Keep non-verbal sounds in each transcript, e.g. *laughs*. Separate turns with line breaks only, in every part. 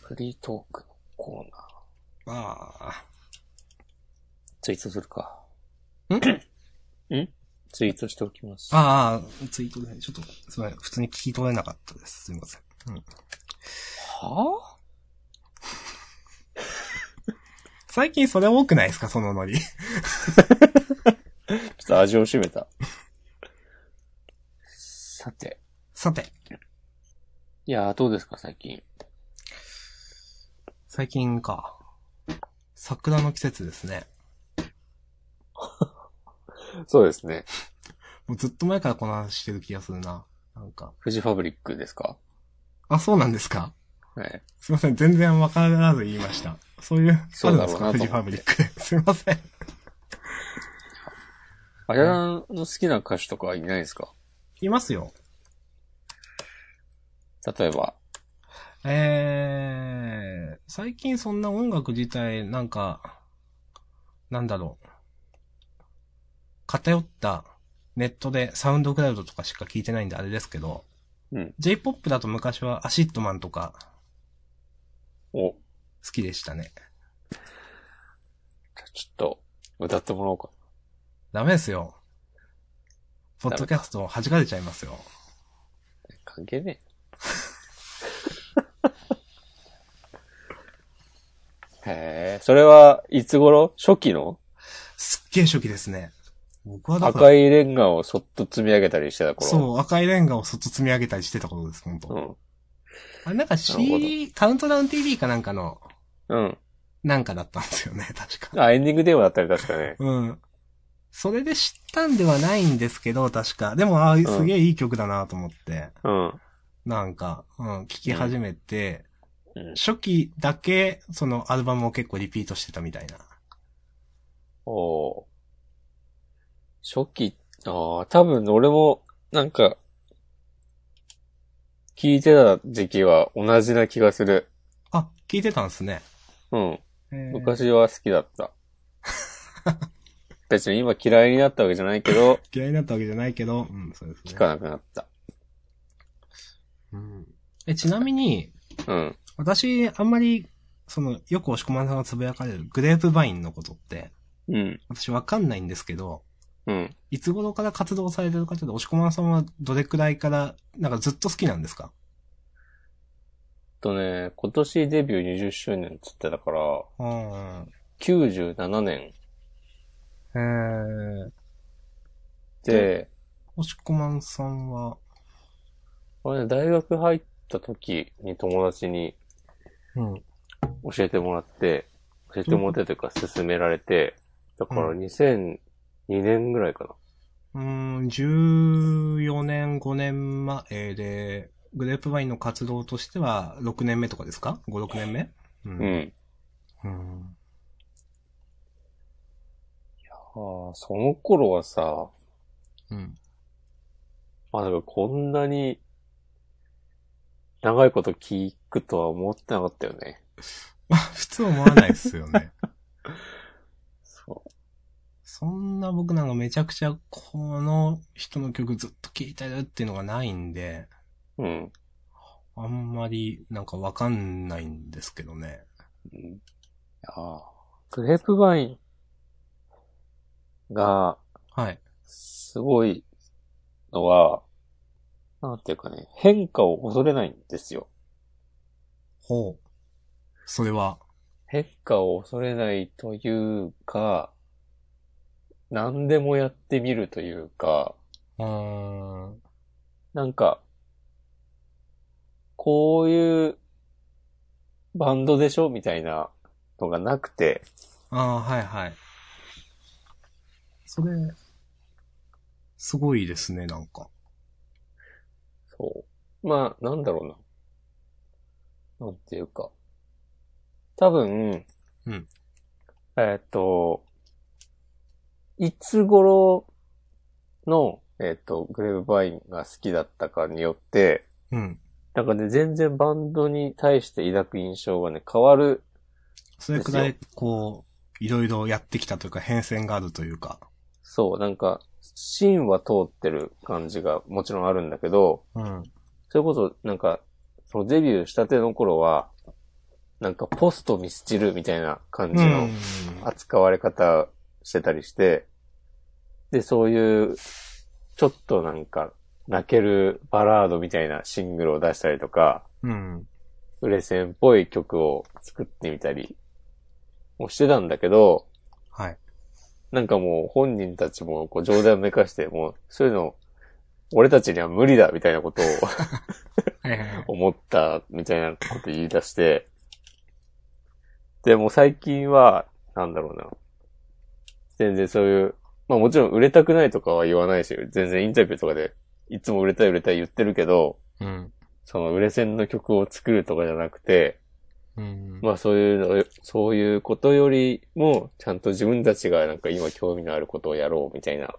フリートークのコーナー。
まあ、
ツイートするか。
ん
*coughs* んツイートしておきます。
ああ、ツイートで、ちょっと、すみません。普通に聞き取れなかったです。すみません。
は
最近それ多くないですかそのノリ。 *laughs*
ぁちょっと味を占めた。さて。
さて、
いやー、どうですか、最近。
最近か。桜の季節ですね。
そうですね。
もうずっと前からこの話してる気がするな。なんか。
富士ファブリックですか
あ、そうなんですか
はい。
すいません。全然わからず言いました。そういう、
そ
あ
う
る
だ
んで
ろ
す
うなと思っ
か
て
フジファブリックで。 *laughs* すいません。
あやらの好きな歌手とかはいないですか
いますよ。
例えば。
えー、最近そんな音楽自体、なんか、なんだろう。偏ったネットでサウンドクラウドとかしか聞いてないんであれですけど、
うん。
J-POP だと昔はアシットマンとか
お、
好きでしたね。
じゃあちょっと、歌ってもらおうか。
ダメですよ。ポッドキャスト弾かれちゃいますよ。
関係ね *laughs* え。へえ、それはいつ頃初期の
すっげえ初期ですね。
*laughs*
僕はだから、
赤いレンガをそっと積み上げたりしてた頃。
そう、赤いレンガをそっと積み上げたりしてたことです、本当、
うん。
あれなんか
なるほど
CD、カウントダウン TV かなんかの、
うん。
なんかだったんですよね、確か。
あ、エンディング電話だったり確かね。
うん。それで知ったんではないんですけど、確か。でも、ああ、すげえいい曲だなと思って、
うん。
なんか、うん、聴き始めて、
うん。
初期だけ、そのアルバムを結構リピートしてたみたいな。
おー初期、ああ、多分俺も、なんか、聞いてた時期は同じな気がする。
あ、聴いてたんですね。
うん。
えー
昔は好きだった。 *laughs* 別に今嫌いになったわけじゃないけど、
嫌いになったわけじゃないけど、うん、そうです
聞
ね。
かなくなった。
うん。え、ちなみに、
うん。
私、あんまり、その、よく押し込まんさんがつぶやかれるグレープバインのことって、
うん。
私わかんないんですけど、
うん。
いつ頃から活動されてるかというと、押し込まんさんはどれくらいから、なんかずっと好きなんですか
とね、今年デビュー20周年っつってたから、
うん。
97年
えー、
で、
押し込まんさんは、
俺ね、大学入った時に友達に
うん。
教えてもらって、教えてもらってというか勧められて、だから
う
2002年ぐらいかな。
うん、14年、5年前で、グレープバインの活動としては、6年目とかですか ?5、6年目う。
うんん。
うん。
ああ、その頃はさ、
うん。
まあだからこんなに長いこと聞くとは思ってなかったよね。
まあ、普通思わないですよね。 *laughs*
そう。
そんな僕なんかめちゃくちゃこの人の曲ずっと聴いてるっていうのがないんで、
うん。
あんまりなんかわかんないんですけどね。
うんああ。グレープバインが、
はい。
すごいのは、なんていうかね、変化を恐れないんですよ。
ほう。それは。
変化を恐れないというか、何でもやってみるというか、
うーん。
なんか、こういうバンドでしょみたいなのがなくて、
ああ、はいはい。それ、すごいですね、なんか。
そう。まあ、なんだろうな。なんていうか。多分、
うん
えーっと、いつ頃の、えーっと、グレーブバインが好きだったかによって、
うん。
なんかね、全然バンドに対して抱く印象がね、変わる。
それくらい、こう、いろいろやってきたというか、変遷があるというか。
そう、なんか、芯は通ってる感じがもちろんあるんだけど、
うん。
それこそ、なんか、そのデビューしたての頃は、なんかポストミスチルみたいな感
う
じ
ん
の。扱われ方してたりして、で、そういう、ちょっとなんか、泣けるバラードみたいなシングルを出したりとか、
うん。
売れ線っぽい曲を作ってみたりもしてたんだけど、
はい。
なんかもう本人たちもこう冗談めかして、もうそういうの、俺たちには無理だみたいなことを
はいはいはい。
思ったみたいなこと言い出して、で、もう最近は、なんだろうな。全然そういう、まあもちろん売れたくないとかは言わないし、全然インタビューとかで、いつも売れたい売れたい言ってるけど、
うん。
その売れ線の曲を作るとかじゃなくて、
うん。
まあそういうのよ、そういうことよりも、ちゃんと自分たちがなんか今興味のあることをやろうみたいな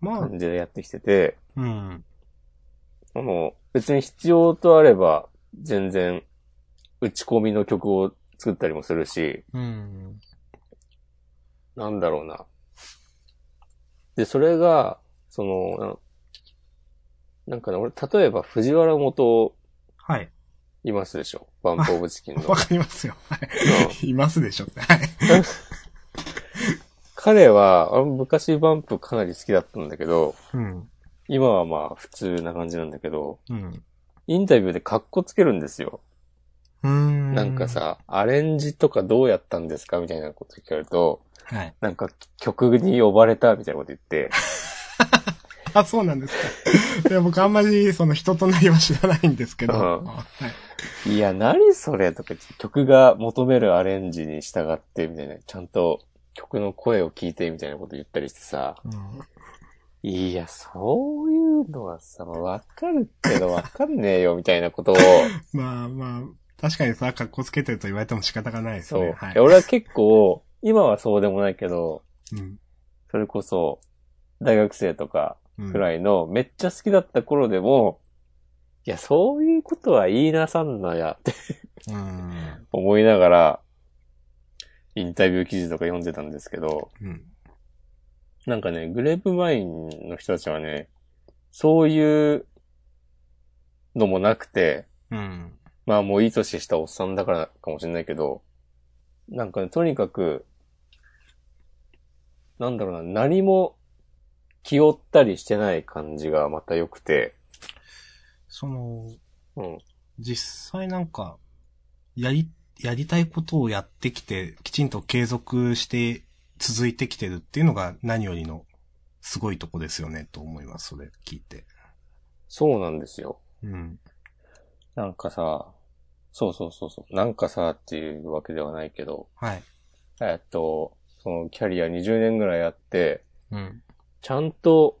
まあ、
感じでやってきてて、
うん。
あの、別に必要とあれば、全然、打ち込みの曲を作ったりもするし、
うん。
なんだろうな。で、それが、その、ななんかね、俺、例えば藤原元
はい。
いますでしょバンプオブチ
*laughs*
キンの。
わかりますよ。は
うん
い。いますでしょって。はい。
彼は、あ昔バンプかなり好きだったんだけど、
うん。
今はまあ普通な感じなんだけど、
うん。
インタビューで格好つけるんですよ。
うん。
なんか。さ、アレンジとかどうやったんですかみたいなこと聞かれると、
はい。
なんか曲に呼ばれたみたいなこと言 *laughs* って、
あ、そうなんですか。いや、 *laughs* 僕あんまり、その人となりは知らないんですけど。
うん
はい。
いや、何それとか言って曲が求めるアレンジに従って、みたいな、ちゃんと曲の声を聞いてみたいなこと言ったりしてさ、
うん
いや、そういうのはさ、わかるけどわかんねえよ、みたいなこと *laughs* を、
まあまあ、確かにさ、格好つけてると言われても仕方がないです
そう。
ね。
いや俺は結構、今はそうでもないけど、
うん。
それこそ、大学生とか
うん
くらいの、めっちゃ好きだった頃でも、いや、そういうことは言いなさんなや、って
うん。
思いながら、インタビュー記事とか読んでたんですけど、
うん。
なんかね、グレープワインの人たちはね、そういうのもなくて、
うん。
まあもういい年したおっさんだからかもしれないけど、なんかね、とにかく、なんだろうな、何も気負ったりしてない感じがまた良くて、
その、
うん。
実際なんか、やり、やりたいことをやってきて、きちんと継続して続いてきてるっていうのが何よりのすごいとこですよね、と思います、それ聞いて。
そうなんですよ。
うん。
なんかさ、そうそうそうそう、なんかさっていうわけではないけど、
はい。
えっと、そのキャリア20年ぐらいやって、
うん。
ちゃんと、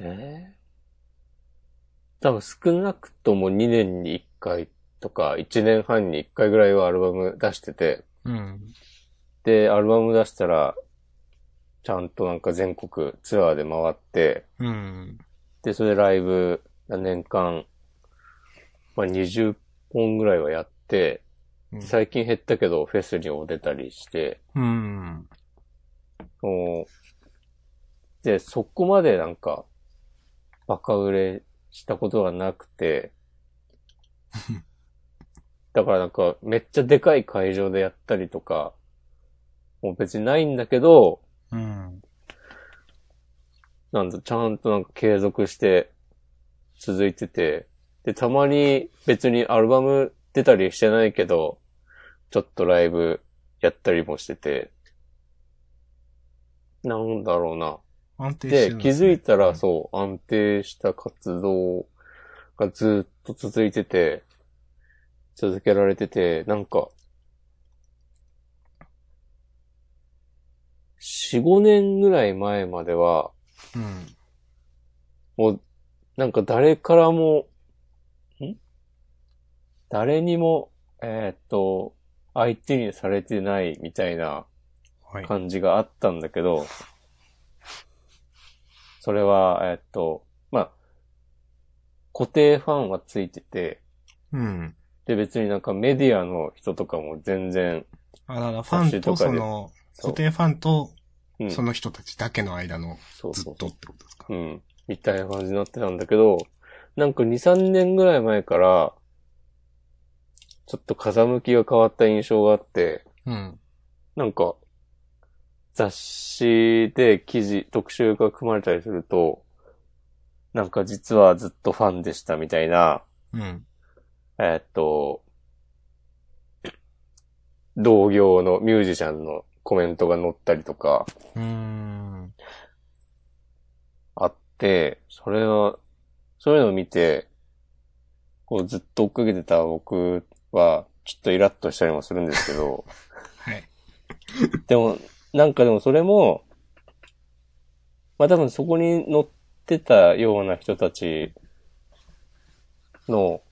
えー、多分少なくとも2年に1回とか1年半に1回ぐらいはアルバム出してて、
うん。
で、アルバム出したら、ちゃんとなんか全国ツアーで回って、
うん。
で、それでライブ、年間、まあ、20本ぐらいはやって、最近減ったけど、フェスにも出たりして、
うん。
もう、で、そこまでなんか、バカ売れしたことがなくて、だからなんか、めっちゃでかい会場でやったりとか、もう別にないんだけど、
うん。
なんだ、ちゃんとなんか継続して、続いてて、で、たまに別にアルバム出たりしてないけど、ちょっとライブやったりもしてて、なんだろうな。
安定して
で、
るん
気
すね
づいたら、そう、安定した活動がずっと続いてて、続けられてて、なんか、4、5年ぐらい前までは、
うん。
もう、なんか誰からも、ん誰にも、えーっと、相手にされてないみたいな
はい。
感じがあったんだけど、それは、えっと、まあ、固定ファンはついてて、
うん。
で別になんかメディアの人とかも全然、
あだから、ファンとその、
そう
固定ファンと
うん、
その人たちだけの間の
そう
ず
そ
っ
う
とってことですか。
うん、みたいな感じになってたんだけど、なんか2、3年ぐらい前から、ちょっと風向きが変わった印象があって、
うん。
なんか、雑誌で記事、特集が組まれたりすると、なんか実はずっとファンでしたみたいな、
うん。
えーっと、同業のミュージシャンのコメントが載ったりとか
うーん。
あって、それは、そういうのを見て、こうずっと追っかけてた僕は、ちょっとイラッとしたりもするんですけど、
はい。
でも、なんかでもそれも、まあ多分そこに乗ってたような人たちの、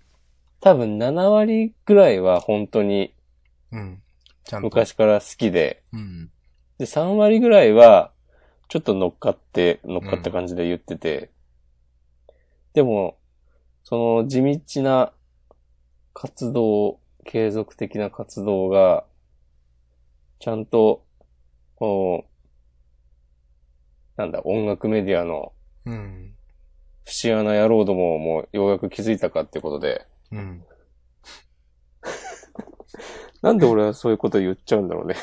多分7割ぐらいは本当に
うん。ちゃんと。
昔から好きで、
うん。
で、3割ぐらいは、ちょっと乗っかって、乗っかった感じで言ってて、でも、その地道な活動、継続的な活動が、ちゃんと、こう、なんだ、音楽メディアの
うん。
節穴野郎どももようやく気づいたかってことで、
うん。
なんで俺はそういうこと言っちゃうんだろうね。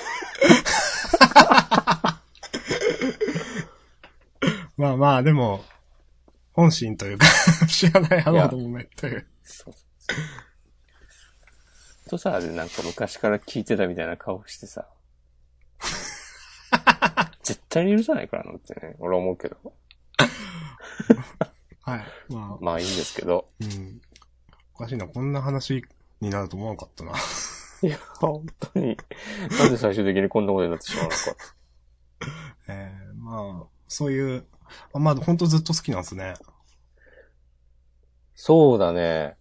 まあまあ、でも、本心というか、知らない話ともめという。
そうとさ、なんか昔から聞いてたみたいな顔してさ。 *laughs* 絶対に許さないからなってね、俺は思うけど。
はい。まあ、
まあいいんですけど。
うん。おかしいな、こんな話になると思わなかったな。
いや、本当に。なんで最終的にこんなことになってしまうのか。
えー、まあ、そういう、あまあ、ほんとずっと好きなんですね。
そうだね。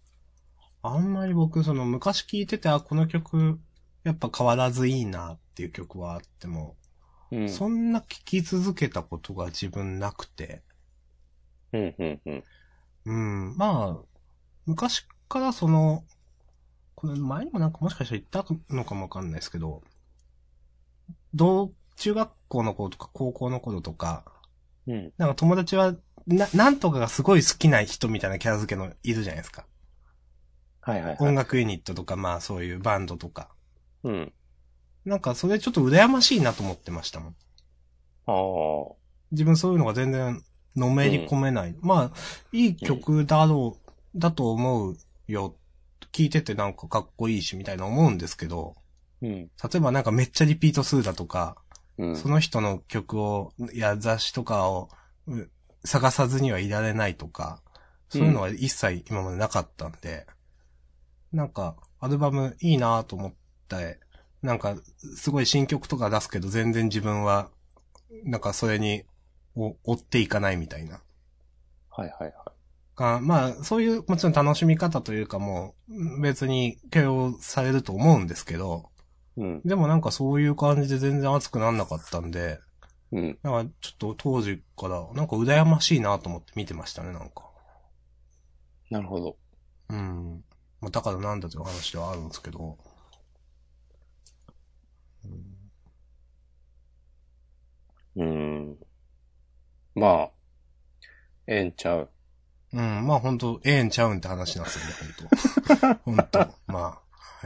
あんまり僕、その昔聴いてて、あ、この曲、やっぱ変わらずいいなっていう曲はあっても、
うん。
そんな聴き続けたことが自分なくて、
うん、うん、うん。
うん、まあ、昔からその、これ前にもなんかもしかしたら言ったのかもわかんないですけど、同、中学校の頃とか高校の頃とか、
うん。
なんか友達は、な、なんとかがすごい好きな人みたいなキャラ付けのいるじゃないですか。
はいはいは
音
い。
楽ユニットとか、まあそういうバンドとか。
うん。
なんかそれちょっと羨ましいなと思ってましたもん。
ああ。
自分そういうのが全然のめり込めない。まあ、いい曲だろう、だと思うよ。聞いててなんかかっこいいしみたいな思うんですけど、
うん。
例えばなんかめっちゃリピート数だとか、
うん。
その人の曲を、いや雑誌とかをう探さずにはいられないとか、そういうのは一切今までなかったんで、なんかアルバムいいなと思って、なんかすごい新曲とか出すけど全然自分は、なんかそれにお追っていかないみたいな。
はいはいはい。
がまあ、そういう、もちろん楽しみ方というかもう、別に許容されると思うんですけど、
うん。
でもなんかそういう感じで全然熱くなんなかったんで、
うん。
なんかちょっと当時から、なんか羨ましいなと思って見てましたね、なんか。
なるほど。
うん。まあ、だからなんだという話ではあるんですけど。うん
うん。まあ、ええんちゃう。
うん、まあ本当ええんちゃうんって話なんですよね、本
*laughs*
当本当まあ、は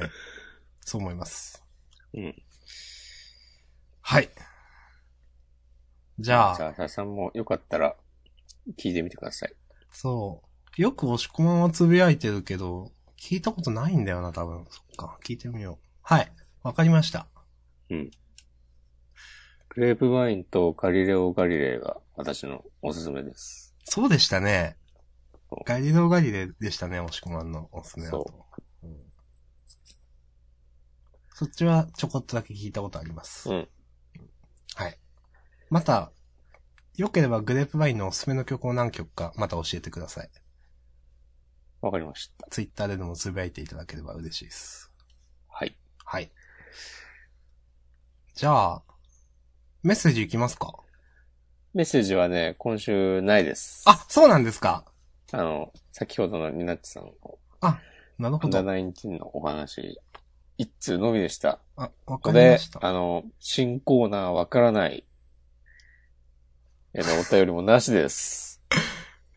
い。そう思います。
うん。
はい。じゃ
じ
あ、
ゃあ、ささんもよかったら、聞いてみてください。
そう。よく押し込まんはつぶやいてるけど、聞いたことないんだよな、多分。そっか、聞いてみよう。はい。わかりました。
グレープワインとガリレオ・ガリレイが私のおすすめです。
そうでしたね
そう。
ガリドガリレでしたね、押し込まんのおすすめだと。うんそっちはちょこっとだけ聞いたことあります。
うん。
はい。また、良ければグレープワインのおすすめの曲を何曲かまた教えてください。
わかりました。
ツイッターででもつぶやいていただければ嬉しいです。
はい。
はい。じゃあ、メッセージいきますか
メッセージはね、今週ないです。
あ、そうなんですか
あの、先ほどのニナッチさんの、
なる
ア
ほ
ンダー
ど。
ナインティーンのお話、一通のみでした。
あ、わか
ここ
りま
で
し、た。
あの、新コーナーわからない、えの、お便りもなしです。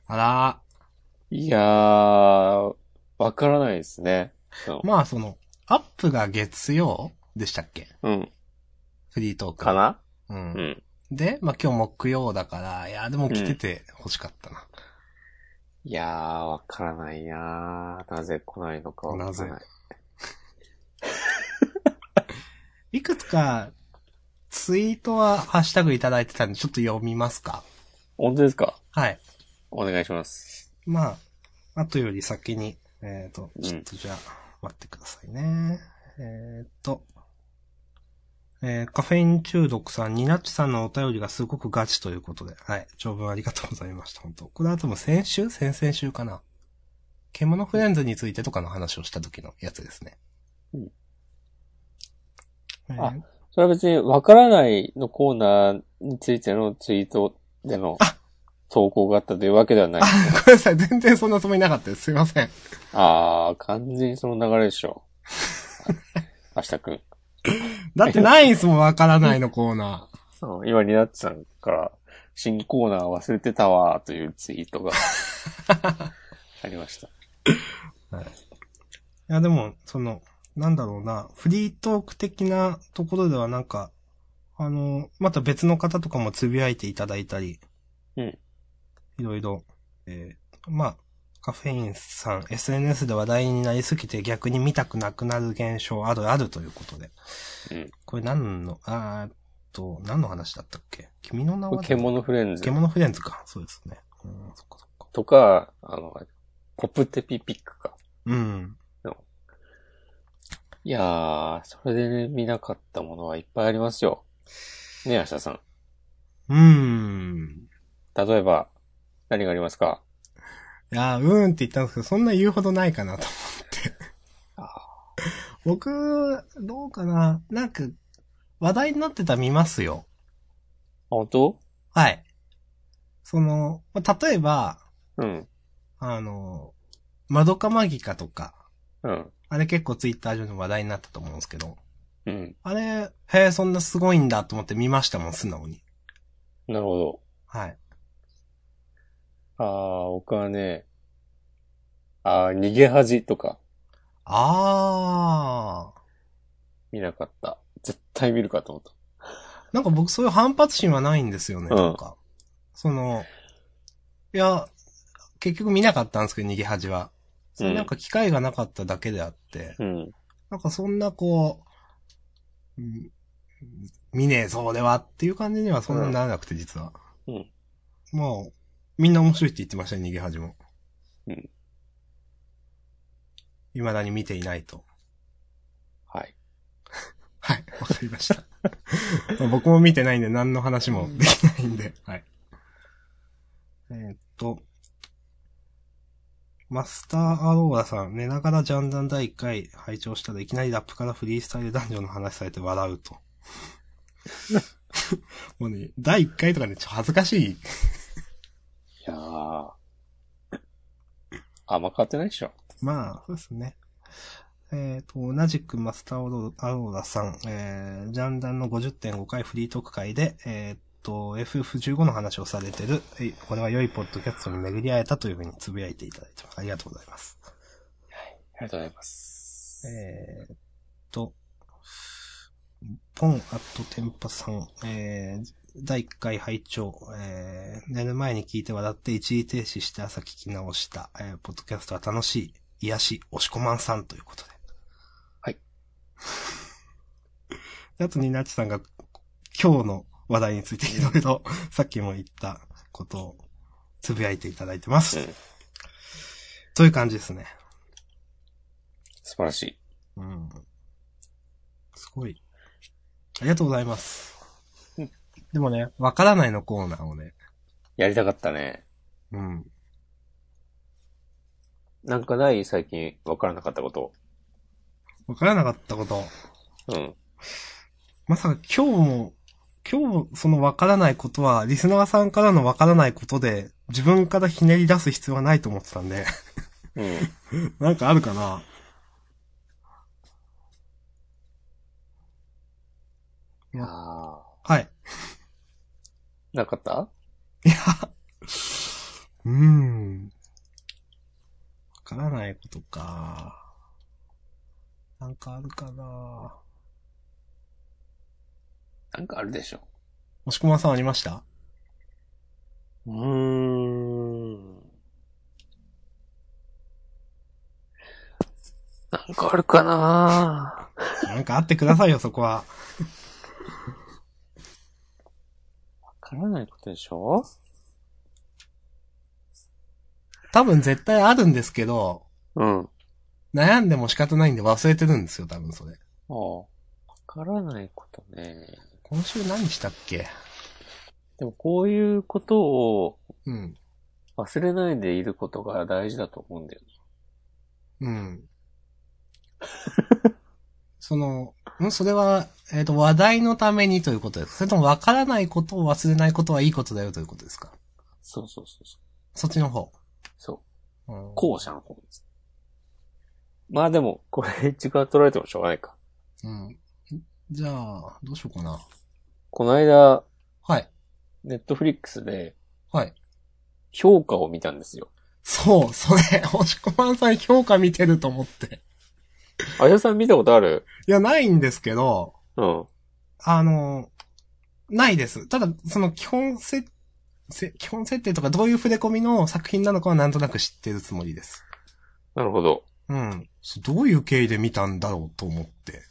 あらー。
いやー、わからないですね。その
まあ、その、アップが月曜でしたっけ
うん。
フリートーク。
かな
う。
うんん。
で、まあ、今日木曜だから、いや、でも来てて欲しかったな。
いやー、わからないなー。なぜ来ないのかわからない。
なぜいくつか、ツイートはハッシュタグいただいてたんで、ちょっと読みますか。
本当ですか
はい。
お願いします。
まあ、後より先に、えっ、と
う、ん
ちょっとじゃあ、待ってくださいね。えっ、と、えーカフェイン中毒さん、ニナッチさんのお便りがすごくガチということで、はい、長文ありがとうございました、本当これは多分先週先々週かな。獣フレンズについてとかの話をした時のやつですね。
うん
えー
あそれは別に、わからないのコーナーについてのツイートでの
あ
投稿があったというわけではない。
ごめんなさい、全然そんなつもりなかったです。すいません。
あー、完全にその流れでしょ。明日くん。
だってないですもん、わからないのコーナー。
うん今、になっちゃんから、新コーナー忘れてたわーというツイートがありました。
いや、でも、その、なんだろうな、フリートーク的なところではなんか、あの、また別の方とかもつぶやいていただいたり、
うん。
いろいろ、えーまあ、カフェインさん、SNS で話題になりすぎて逆に見たくなくなる現象あるあるということで。
うん
これ何の、あーっと、何の話だったっけ君の名は
獣フレンズ
獣フレンズか。そうですね。うん、そっかそっか。
とか、あの、コプテピピックか。
うん。
いやー、それでね、見なかったものはいっぱいありますよ。ねえ、明日さん。
うーん。
例えば、何がありますか
いやー、うーんって言ったんですけど、そんな言うほどないかなと思
あ
って。僕、どうかななんか、話題になってたら見ますよ。
本当
はい。その、まあ例えば、
うん。
あの、マドカマギカとか、
うん。
あれ結構ツイッター上でも話題になったと思うんですけど、
うん。
あれ、へえ、そんなすごいんだと思って見ましたもん、素直に。
なるほ
はい。
ど。あー、僕はね、あー、逃げ恥とか
あ
見なかった。絶対見るかと思った。
ー。なんか僕そういう反発心はないんですよね、
うん
なんか。その、いや、結局見なかったんですけど、逃げ恥は。それなんか機会がなかっただけであって、
うん。
なんかそんなこう、うん見ねえぞ、俺はっていう感じにはそんなにならなくて、実は。
うん。
まあ、みんな面白いって言ってましたね、逃げ恥も。
うん。
未だに見ていないと。
はい。
はい、わかりました。まあ僕も見てないんで何の話もできないんで、はい。えーっと、マスターアローラさん、寝ながらジャンダン第1回拝聴したらいきなりラップからフリースタイルダンジョンの話されて笑う *laughs* と。もうね、第1回とかね、ちょっと恥ずかしい。
いやー。甘かってないでしょ。
まあ、そうですね。えっ、と、同じくマスターオロアローラさん、えー、ジャンダンの50.5回フリートーク会で、えっ、と、FF15 の話をされてる、えいこれは良いポッドキャストに巡り会えたというふうにつぶやいていただいてます。ありがとうございます。
ありがとうございます。
えーっと、ポンアットテンパさん、えー、第1回拝聴、えー、寝る前に聞いて笑って一時停止して朝聞き直した、えー、ポッドキャストは楽しい、癒し、押しこまんさんということで。
はい。
*laughs* であと、になちさんが今日の話題についていろいろ、さっきも言ったことをつぶやいていただいてます。
うん
という感じですね。
素晴らしい。
うん。すごい。ありがとうござい *laughs* ます
うん。
でもね、わからないのコーナーをね。
やりたかったね。
うん。
なんかない最近わからなかったこと。
わからなかったこと。
うん。
まさか今日も、今日もそのわからないことは、リスナーさんからのわからないことで、自分からひねり出す必要はないと思ってたんで、
うん。
*laughs* なんかあるかな
あ
はい。
ーなかった
うーん。わからないことか。なんかあるかな
なんかあるでしょ。
もしこまさんありました
うーん。なんかあるかな
なんかあってくださいよ、そこは。
わからないことでしょ
多分絶対あるんですけど、
うん。あ
悩んでも仕方ないんで忘れてるんですよ、多分それ。
あ。わからないことね。
今週何したっけ
でもこういうことを
うん。
忘れないでいることが大事だと思うんだよね。
うん。その、んそれは、えっ、と、話題のためにということですかそれとも分からないことを忘れないことはいいことだよということですか
そうそうそうそ
そっちの方。
う。そう。
うん
後者の方です。まあでも、これ時間取られてもしょうがないか。
うん。じゃあ、どうしようかな。
この間、
はい。
ネットフリックスで
はい。
評価を見たんですよ。
そう、それ、押し込まんさん評価見てると思って。
あやさん見たことある
いや、ないんですけど、
うん。
あの、ないです。ただ、その基本せ、せ、基本設定とかどういう触れ込みの作品なのかはなんとなく知ってるつもりです。
なるほど。
うん。そうどういう経緯で見たんだろうと思って。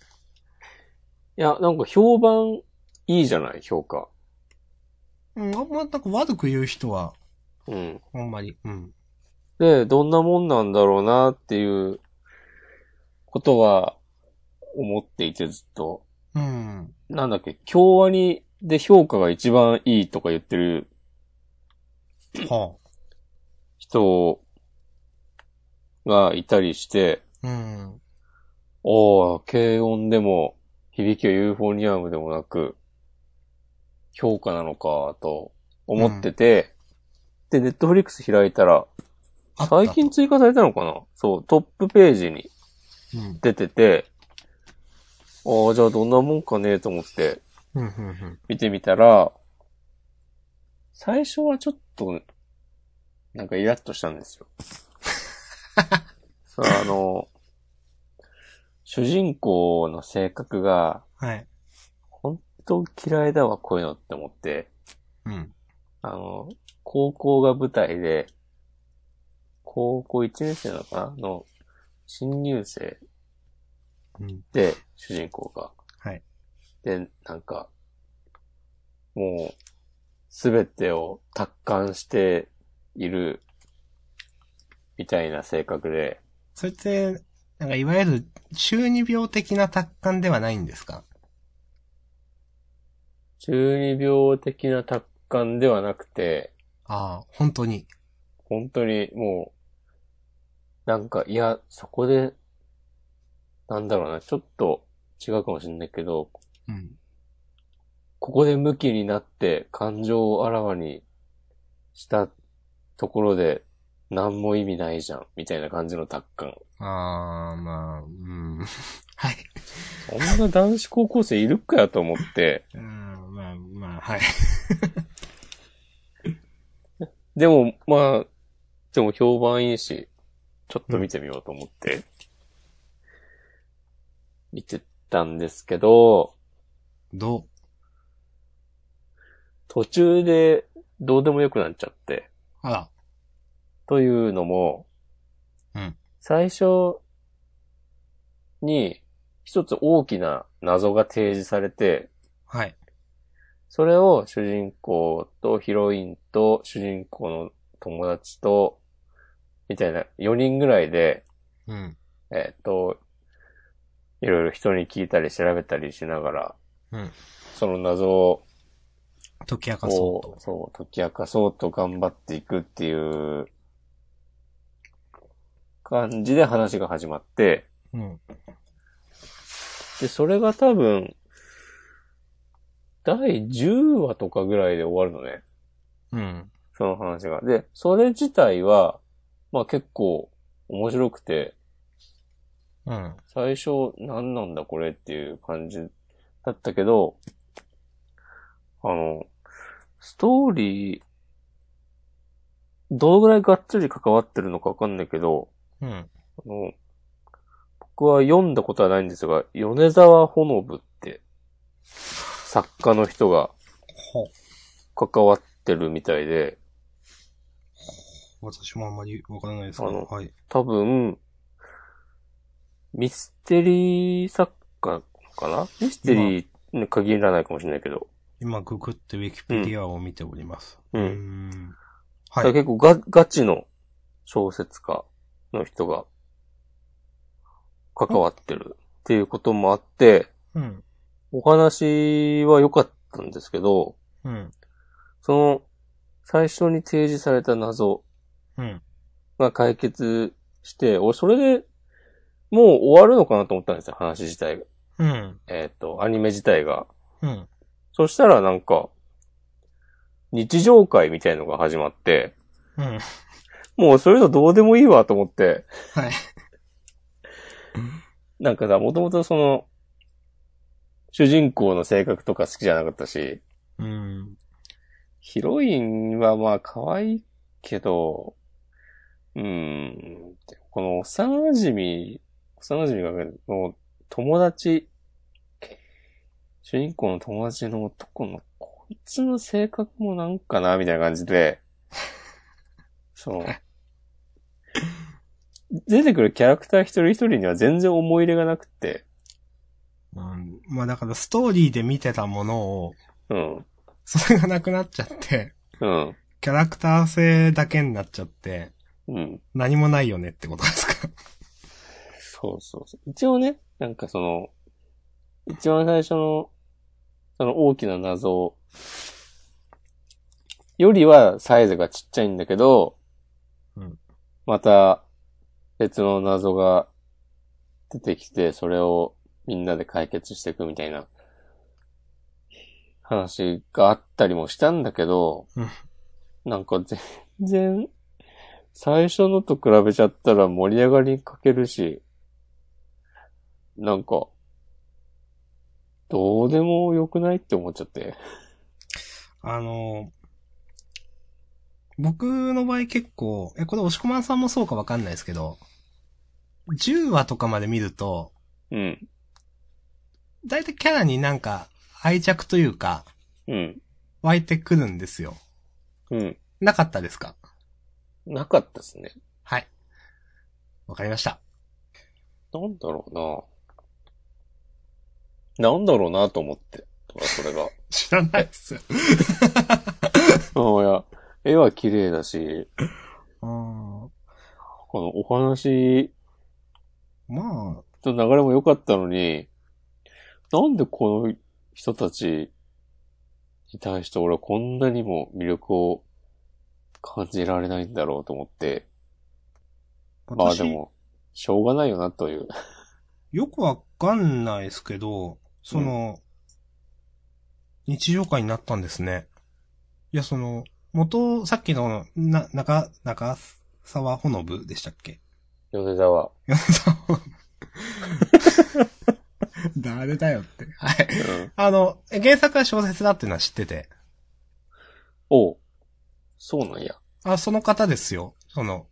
いや、なんか評判いいじゃない、評価。
うん、あんまなんか悪く言う人は、
うん。
あんまり。うん。
で、どんなもんなんだろうなっていうことは思っていてずっと。
うん。
なんだっけ、京アニで評価が一番いいとか言ってる
は
人がいたりして、
あ。うん。
おー、軽音でも、響きはユーフォニアムでもなく、評価なのか、と思ってて、で、ネットフリックス開いたら、
あった
最近追加されたのかなそう、トップページに
うん。
出てて、ああ、じゃあどんなもんかねと思って
うん、うん、うん。
見てみたら、最初はちょっと、なんかイラッとしたんですよ。さあ、あの、主人公の性格が、
はい。
本当嫌いだわ、こういうのって思って。
うん。
あの、高校が舞台で、高校1年生なのかなの、新入生
うん。
で、主人公が。
はい。
で、なんか、もう、すべてを達観している、みたいな性格で、
それって、なんかいわゆる中二病的な達観ではないんですか
中二病的な達観ではなくて、
ああ、本当に。
本当にもう、なんか、いや、そこで、なんだろうな、ちょっと違うかもしれないけど、
うん。
ここで向きになって感情をあらわにしたところで何も意味ないじゃん、みたいな感じの達観。
ああ、まあ、 *laughs* うん。はい。
そんな男子高校生いるかやと思って。
うん、まあ、まあ、はい。
でも、まあ、でも評判いいし、ちょっと見てみようと思って、見てたんですけど、
ど
途中でどうでもよくなっちゃって。
うあら。
というのも、
うん
最初に一つ大きな謎が提示されて、
はい。
それを主人公とヒロインと主人公の友達と、みたいな4人ぐらいで、
うん。
えっ、と、いろいろ人に聞いたり調べたりしながら、
うん
その謎を
解き明かそう
ことう、。そう、解き明かそうと頑張っていくっていう感じで話が始まって、
うん。
で、それが多分、第10話とかぐらいで終わるのね。
うん。
その話が。で、それ自体は、まあ結構面白くて、
うん。
最初何なんだこれっていう感じだったけど、あの、ストーリー、どのぐらいがっつり関わってるのかわかんないけど、
うん。
あの、僕は読んだことはないんですが、米沢ほのぶって、作家の人が
は
関わってるみたいで、
私もあんまりわからないですけ
あ
ど
の。
はい。
多分、ミステリー作家かなミステリーに限らないかもしれないけど。
今、ググってウィキペディアを見ております。
う
うー
ん。
ん。
だ
は
から
い。
結構ガガチの小説家の人が関わってるっていうこともあって、
うん。
お話は良かったんですけど、
うん。
その最初に提示された謎
うん。
が解決して、俺それでもう終わるのかなと思ったんですよ、話自体が。
うん。
えっ、と、アニメ自体が。
うん。
そしたらなんか、日常会みたいのが始まって、
うん。
もうそういうのどうでもいいわと思って、
はい。
なんかさ、もともとその、主人公の性格とか好きじゃなかったし、
うん。
ヒロインはまあ可愛いけど、うーん、この幼馴染、幼馴染が、の友達、主人公の友達の男の、こいつの性格もなんかな、みたいな感じで、その、出てくるキャラクター一人一人には全然思い入れがなくて、
うん、まあだから、ストーリーで見てたものを、
うん、
それがなくなっちゃって、
うん、
キャラクター性だけになっちゃって、
うん。
何もないよねってことですか。
そうそうそう。一応ね、なんかその、一番最初の、その大きな謎よりはサイズがちっちゃいんだけど、
うん
また別の謎が出てきて、それをみんなで解決していくみたいな話があったりもしたんだけど、
うん
なんか全然、最初のと比べちゃったら盛り上がりかけるし、なんか、どうでもよくないって思っちゃって。
あの、僕の場合結構、え、これ押し込まんさんもそうかわかんないですけど、10話とかまで見ると、
うん。
だいたいキャラになんか愛着というか、
うん。
湧いてくるんですよ。
うん。
なかったですか
なかったですね。
はい。わかりました。
なんだろうな。なんだろうなと思って。だからそれが。
知らないですよ。
あいや、絵は綺麗だし、
うん。
このお話
ま
の流れも良かったのに、なんでこの人たちに対して俺はこんなにも魅力を感じられないんだろうと思って、
あ、
まあ
私、
でも、しょうがないよなという。
よくわかんないですけど、その、日常会になったんですね。いや、その、元、さっきの、な、中、中沢ほのぶでしたっけ
*laughs* 米沢。
米沢ほのぶ *laughs* 誰だよって。はい。
うん、
あの、原作は小説だっていうのは知ってて。
おうそうなんや。
あ、その方ですよ。その、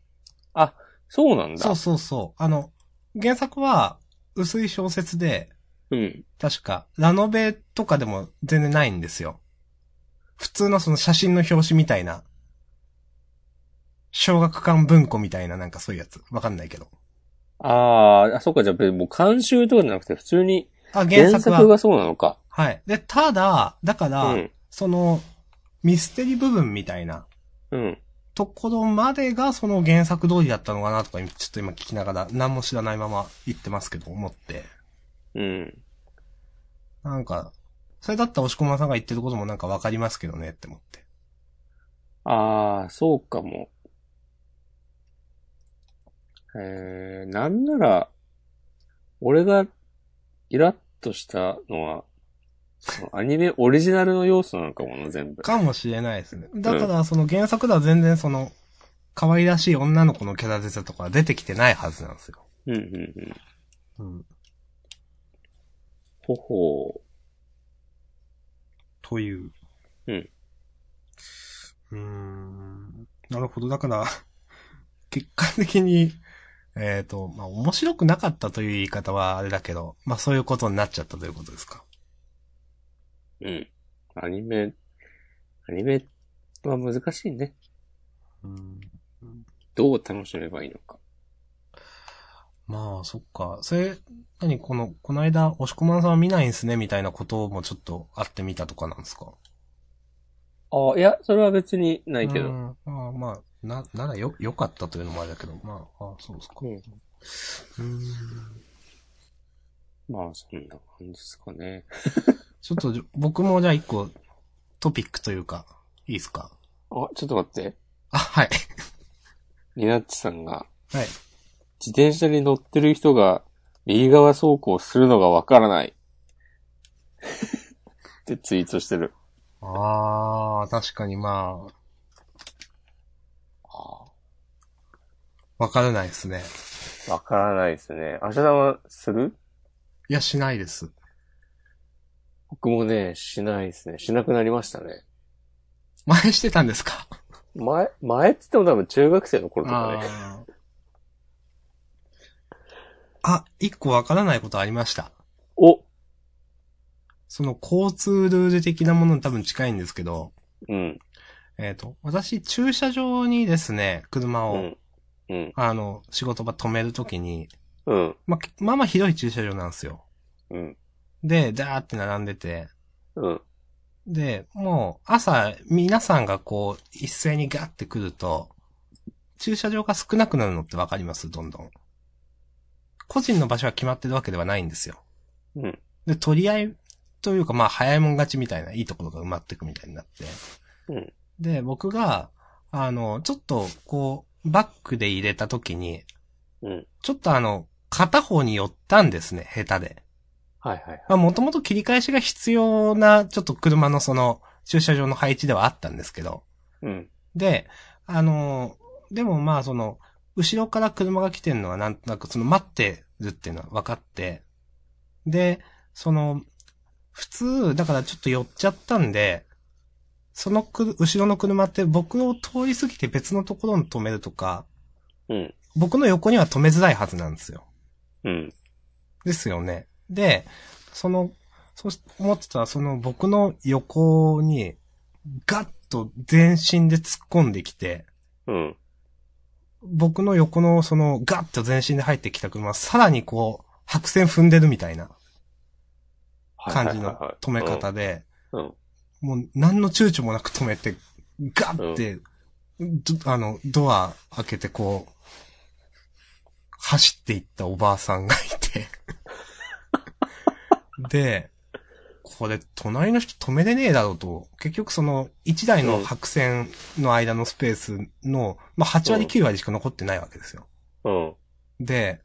そうなんだ。
そうそうそう。あの、原作は薄い小説で、
うん。
確か、ラノベとかでも全然ないんですよ。普通のその写真の表紙みたいな、小学館文庫みたいななんかそういうやつ。わかんないけど。
あーあ、そっか、じゃあ、もう監修とかじゃなくて、普通に
あ、原
原
作は。
作がそうなのか。
はい。で、ただ、だか
う
ら、
ん。
その、ミステリ部分みたいな
うん。
ところまでがその原作通りだったのかなとか、ちょっと今聞きながら、何も知らないまま言ってますけど、思って。
うん。
なんか、それだったら押し込まさんが言ってることもなんかわかりますけどねって思って。
ああ、そうかも。えー、なんなら、俺がイラッとしたのは、そのアニメオリジナルの要素なのかもな、全部。
かもしれないですね。だから、その原作では全然その、可愛らしい女の子のキャラデザとかは出てきてないはずなんですよ。
うんうんうん。
うん。
ほほ
という。
うん。
*laughs* うーん。なるほど。だから、結果的に、えっ、と、まあ、面白くなかったという言い方はあれだけど、まあ、そういうことになっちゃったということですか。
うん。アニメ、アニメは難しいね。
うん。
どう楽しめばいいのか。
まあ、そっか。それ、何この、この間、押し込まんさんは見ないんすね、みたいなこともちょっとあってみたとかなんですか
ああ、いや、それは別にないけ
う
ど。
んまあまあ、な、ならよ、良かったというのもあれだけど、まあ、あそうですか。
うん
うん
まあ、そんな感じですかね。
ちょっとじゃ、僕もじゃあ一個、トピックというか、いいですか
あ、ちょっと待って。
あ、はい。
リナッチさんが、
はい。
自転車に乗ってる人が右側走行するのがわからない。 *laughs* ってツイートしてる。
ああ、確かにまあ、わからないですね。
わからないですね。明日はする
いや、しないです。
僕もね、しないですね。しなくなりましたね。
前してたんですか
前、前って言っても多分中学生の頃とかね。
あーあ、一個わからないことありました。
お
その交通ルール的なものに多分近いんですけど、
うん。
えっ、と、私、駐車場にですね、車
う
を、
ん。うん。
あの、仕事場止めるときに、
うん。
まあ、けまあまあ広い駐車場なんですよ。
うん。
で、ダーって並んでて、
うん。
で、もう、朝、皆さんがこう、一斉にガッて来ると、駐車場が少なくなるのってわかりますどんどん。個人の場所は決まってるわけではないんですよ。
うん。
で、取り合いというか、まあ、早いもん勝ちみたいな、いいところが埋まってくみたいになって。
うん
で、僕が、あの、ちょっと、こう、バックで入れた時に、
うん。
ちょっとあの、片方に寄ったんですね、下手で。
はいはいはい。
まあ、もともと切り返しが必要な、ちょっと車のその、駐車場の配置ではあったんですけど。
うん。
で、あの、でもまあ、その、後ろから車が来てるのはなんとなく、その、待ってるっていうのは分かって、で、その、普通、だからちょっと寄っちゃったんで、そのくる、後ろの車って僕を通り過ぎて別のところに止めるとか、
うん。
僕の横には止めづらいはずなんですよ。
うん。
ですよね。で、その、そうし思ってたら、その僕の横に、ガッと全身で突っ込んできて、
うん。
僕の横のその、ガッと全身で入ってきた車は、さらにこう、白線踏んでるみたいな
はいはい
感
はい
じの
はい
止め方。で、
うんうん。
もう何の躊躇もなく止めて、ガッて、どあの、ドア開けてこう、走っていったおばあさんがい
*laughs*
て。で、これ、隣の人止めれねえだろうと。結局その、1台の白線の間のスペースの、まあ、8割9割しか残ってないわけですよ。
うん。
で、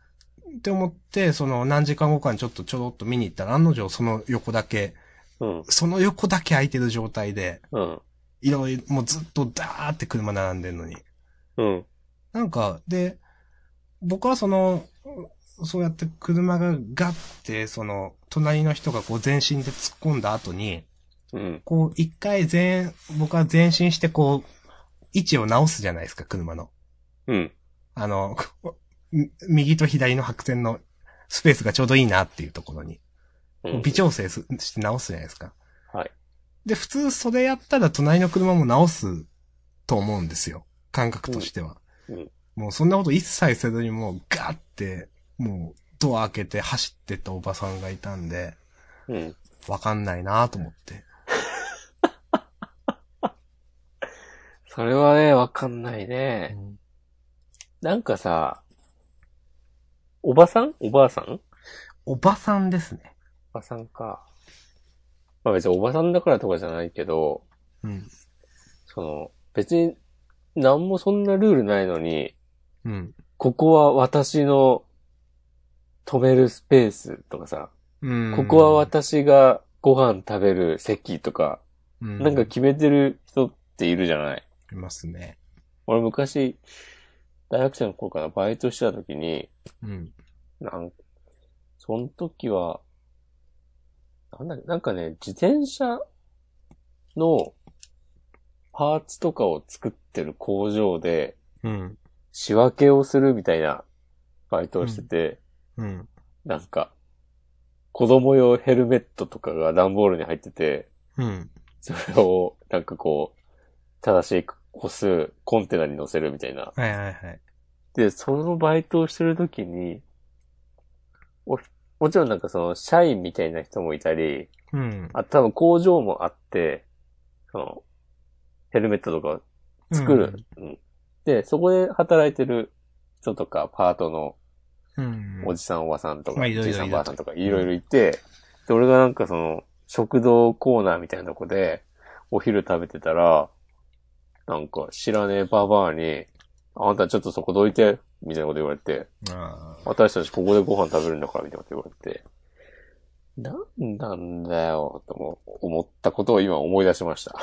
って思って、その、何時間後かにちょっとちょろっと見に行ったら、案の定その横だけ、
うん。
その横だけ空いてる状態で、
うん。
いろいろ、もうずっとダーって車並んでんのに。
うん。
なんか、で、僕はその、そうやって車がガッて、その、隣の人がこう前進で突っ込んだ後に、
うん。
こう一回前、僕は前進してこう、位置を直すじゃないですか、車の。
うん。
あの、こうみ右と左の白線のスペースがちょうどいいなっていうところに、
うん。
微調整すして直すじゃないですか。
はい。
で、普通それやったら隣の車も直すと思うんですよ。感覚としては。
うんうん
もうそんなこと一切せずにもうガーって、もうドア開けて走ってったおばさんがいたんで、
うん。
わかんないなと思って。
それはね、わかんないね。なんかさ、おばさんおばあさん
おばさんですね。
おばさんか。まあ別におばさんだからとかじゃないけど、
うん。
その、別に、なんもそんなルールないのに、
うん。
ここは私の止めるスペースとかさ、
うん
ここは、私がご飯食べる席とか、
う
なんか決めてる人っているじゃない
いますね。
俺昔、大学生の頃からバイトしてた時に、
うん。
なん、その時は、なんだっけなんかね、自転車のパーツとかを作ってる工場で
うん。
仕分けをするみたいなバイトをしてて、
うん。
なんか、子供用ヘルメットとかが段ボールに入ってて、
うん。
それを、なんかこう、正しい個数、コンテナに載せるみたいな。
はいはいはい。
で、そのバイトをしてるときに、おもちろんなんかその、社員みたいな人もいたり、
うん。
あ、多分工場もあって、その、ヘルメットとかを作る。うんで、そこで働いてる人とか、パートの
うん。
おじさん、おばさんとか、
まあいろいろ
じいさん、
いる
ばあさんとか、いろいろいて、で、俺がなんかその、食堂コーナーみたいなとこで、お昼食べてたら、なんか、知らねえババアに、あんたちょっとそこどいて、みたいなこと言われて、
あー
私たちここでご飯食べるんだから、みたいなこと言われて、なんなんだよ、とも思ったことを今思い出しました。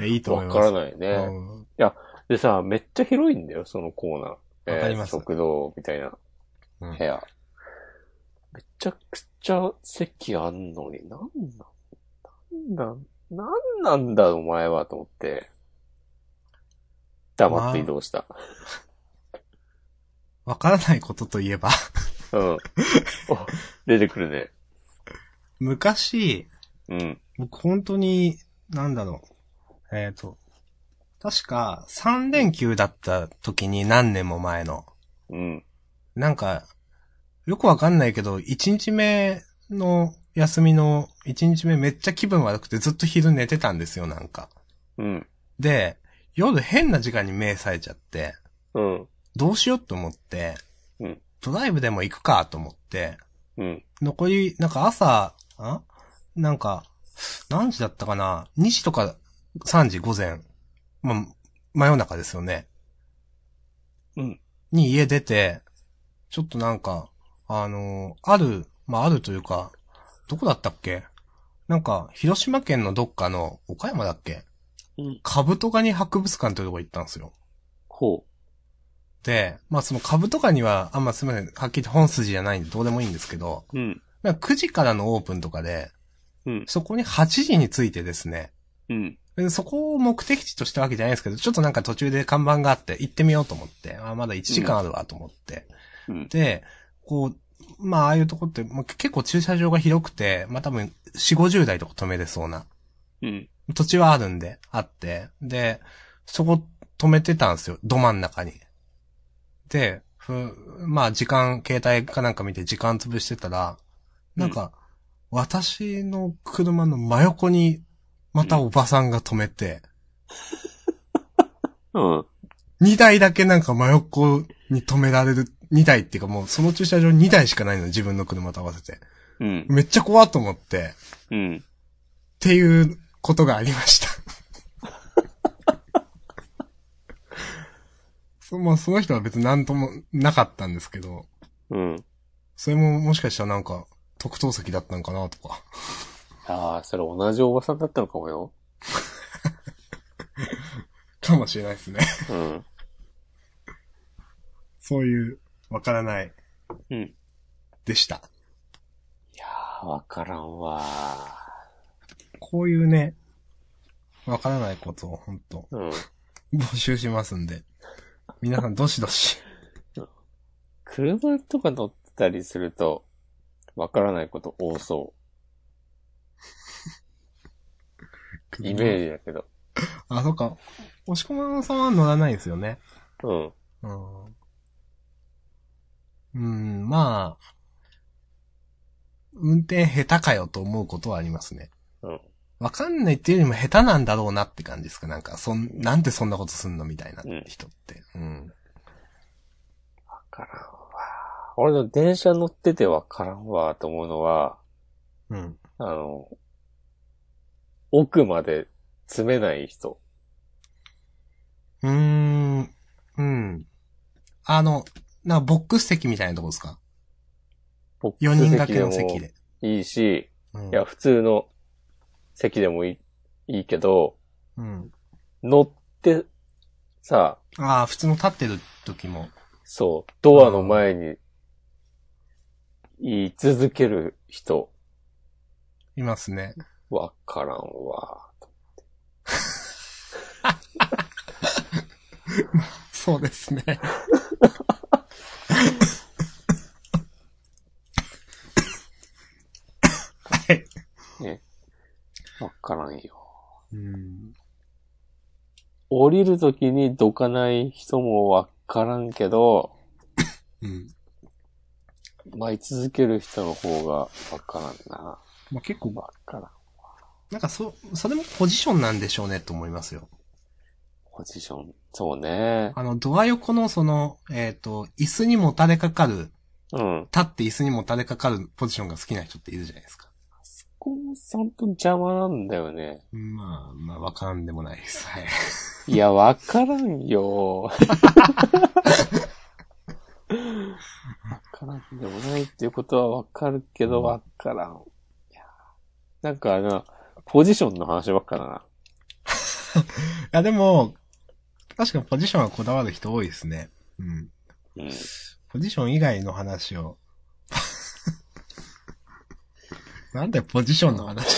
えいいと思い
わ
ます。
からないね。
うん
でさ、めっちゃ広いんだよ、そのコーナー。えー
わかります
食堂みたいな
うん
部屋。めちゃくちゃ席あんのに、なんなん、なんなん、なんなんだお前はと思って、黙って移動した。
わからないことといえば、 *laughs*
うん。お出てくるね。
昔、
うん。
僕本当に、なんだろう。えっ、と、確か3連休だった時に何年も前の、
うん。
なんか、よくわかんないけど、1日目の休みの1日目めっちゃ気分悪くてずっと昼寝てたんですよ、なんか。
うん。
で、夜変な時間に目冴えちゃって、
うん。
どうしようと思って、
うん
ドライブでも行くかと思って、
うん。
残り、なんか朝、あなんか、何時だったかな ?2 時とか3時午前。まあ、真夜中ですよね。
うん。
に家出て、ちょっとなんか、あのーある、まああるというか、どこだったっけなんか、広島県のどっかの、岡山だっけ
うん
カブトガニ博物館というとこ行ったんですよ。
ほ
で、まあその株とかには、あんますみません、はっきり言って本筋じゃないんでどうでもいいんですけど、
う。うん。
なんか9時からのオープンとかで、
うん
そこに8時についてですね、
うん。
でそこを目的地としたわけじゃないですけど、ちょっとなんか途中で看板があって、行ってみようと思って、あまだ1時間あるわと思って。
うん。
で、こう、まあああいうとこって、まあ結構駐車場が広くて、まあ多分4、50台とか止めれそうな
うん。
土地はあるんで、あって、で、そこ止めてたんですよ、ど真ん中に。で、ふまあ時間、携帯かなんか見て時間潰してたら、なんか、私の車の真横に、またおばさんが止めて、
うん。
2台だけなんか真横に止められる、2台っていうかもうその駐車場2台しかないの、自分の車と合わせて。
うん。
めっちゃ怖っと思って、っ
うん。
ていうことがありました。 *laughs* そまあその人は別に何ともなかったんですけど、
うん。
それももしかしたらなんか特等席だったのかなとか。
ああ、それ同じおばさんだったのかもよ。
かもしれないですね。 *laughs*
うん。
そういう、わからない。
うん。
でした。
いやー、わからんわー。
こういうね、わからないことを本当
うん。
募集しますんで。皆さんどしどし。
車とか乗ってたりすると、わからないこと多そ
イ
う。イメージだけど。
あ、そっか。押し込まさんは乗らないですよね。
うん。
うん。うん、まあ、運転下手かよと思うことはありますね。
うん。
わかんないっていうよりも下手なんだろうなって感じですか。なんか、そん、なんでそんなことすんのみたいな
うん
人って。うん。
わからんわー。俺の電車乗っててわからんわーと思うのは、
うん。
あの、奥まで詰めない人。
うーん。うん。あの、な、ボックス席みたいなとこですか
ボック
?4
ス
人掛
席
け
で
の席
も
で。
いいし、
うん
いや、普通の席でもいい、いいけど、
うん。
乗って、さ、
ああ、普通の立ってる時も。
そう、ドアの前に、言い続ける人、
いますね。
わからんわ。
そうですね。はい。
わからんよ。
うん。
降りるときにどかない人もわからんけど、
うん。
舞い続ける人の方がわからんな。
まあ、結構、
わからん。
なんかそ、それもポジションなんでしょうねと思いますよ。
ポジション。そうね。
あの、ドア横のその、えっ、と、椅子にもたれかかる、
うん。
立って椅子にもたれかかるポジションが好きな人っているじゃないですか。
そこもちゃんと邪魔なんだよね。
まあ、まあ、わからんでもないです。 *laughs* はい。
いや、わからんよ。わからんでもないっていうことはわかるけど、わからん。いやなんかな、ポジションの話ばっかだな。
いや、でも、確かにポジションはこだわる人多いですね。うん。
うん。
ポジション以外の話を。 *laughs* なんでポジションの話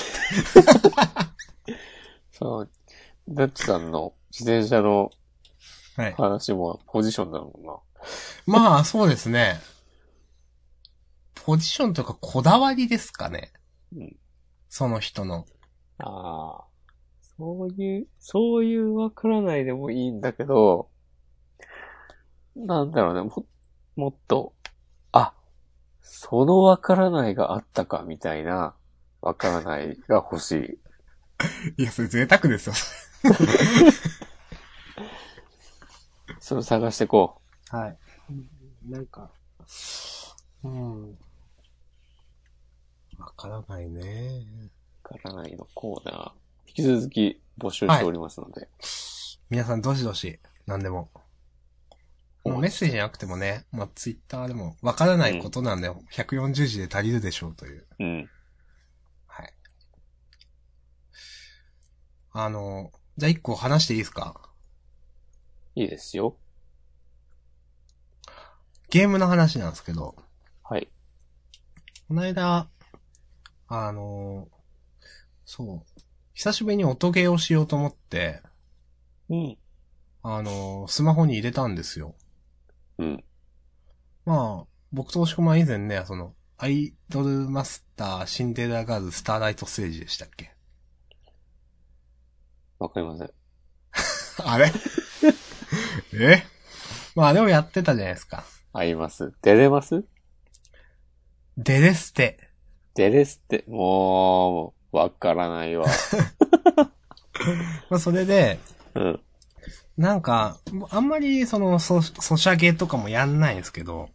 そう。ダッチさんの自転車の
はい。
話もポジションだもんな。
まあ、そうですね。ポジションというか、こだわりですかね。
うん
その人の。
ああ。そういう、そういうわからないでもいいんだけど、なんだろうね、も、もっと、あ、そのわからないがあったか、みたいな、わからないが欲しい。
いや、それ贅沢ですよ。
それを探してこ
はい。なんか、うん。わからないね。
う。わからないのコーナー。引き続き募集しておりますので。
皆さん、どしどし、何でも。もうメッセージじゃなくてもね、まあ、ツイッターでも、わからないことなんで、140字で足りるでしょうという。
うん。
はい。あの、じゃあ一個話していいですか
いいですよ。
ゲームの話なんですけど、
はい。
この間、あの、そう、久しぶりに音ゲーをしようと思って、
うん。
あの、スマホに入れたんですよ。
うん。
まあ、僕と押し込まは以前ね、その、アイドルマスター、シンデレラガール、スターライトステージでしたっけ *laughs*
わかりません。
あれ *laughs* えまあ、あれをやってたじゃないですか。
あります。出れます
デレステ。
出れすって、もう、わからないわ。
まあ、それで、
うん。
なんか、あんまり、その、そ、ソシャゲとかもやんないんですけど、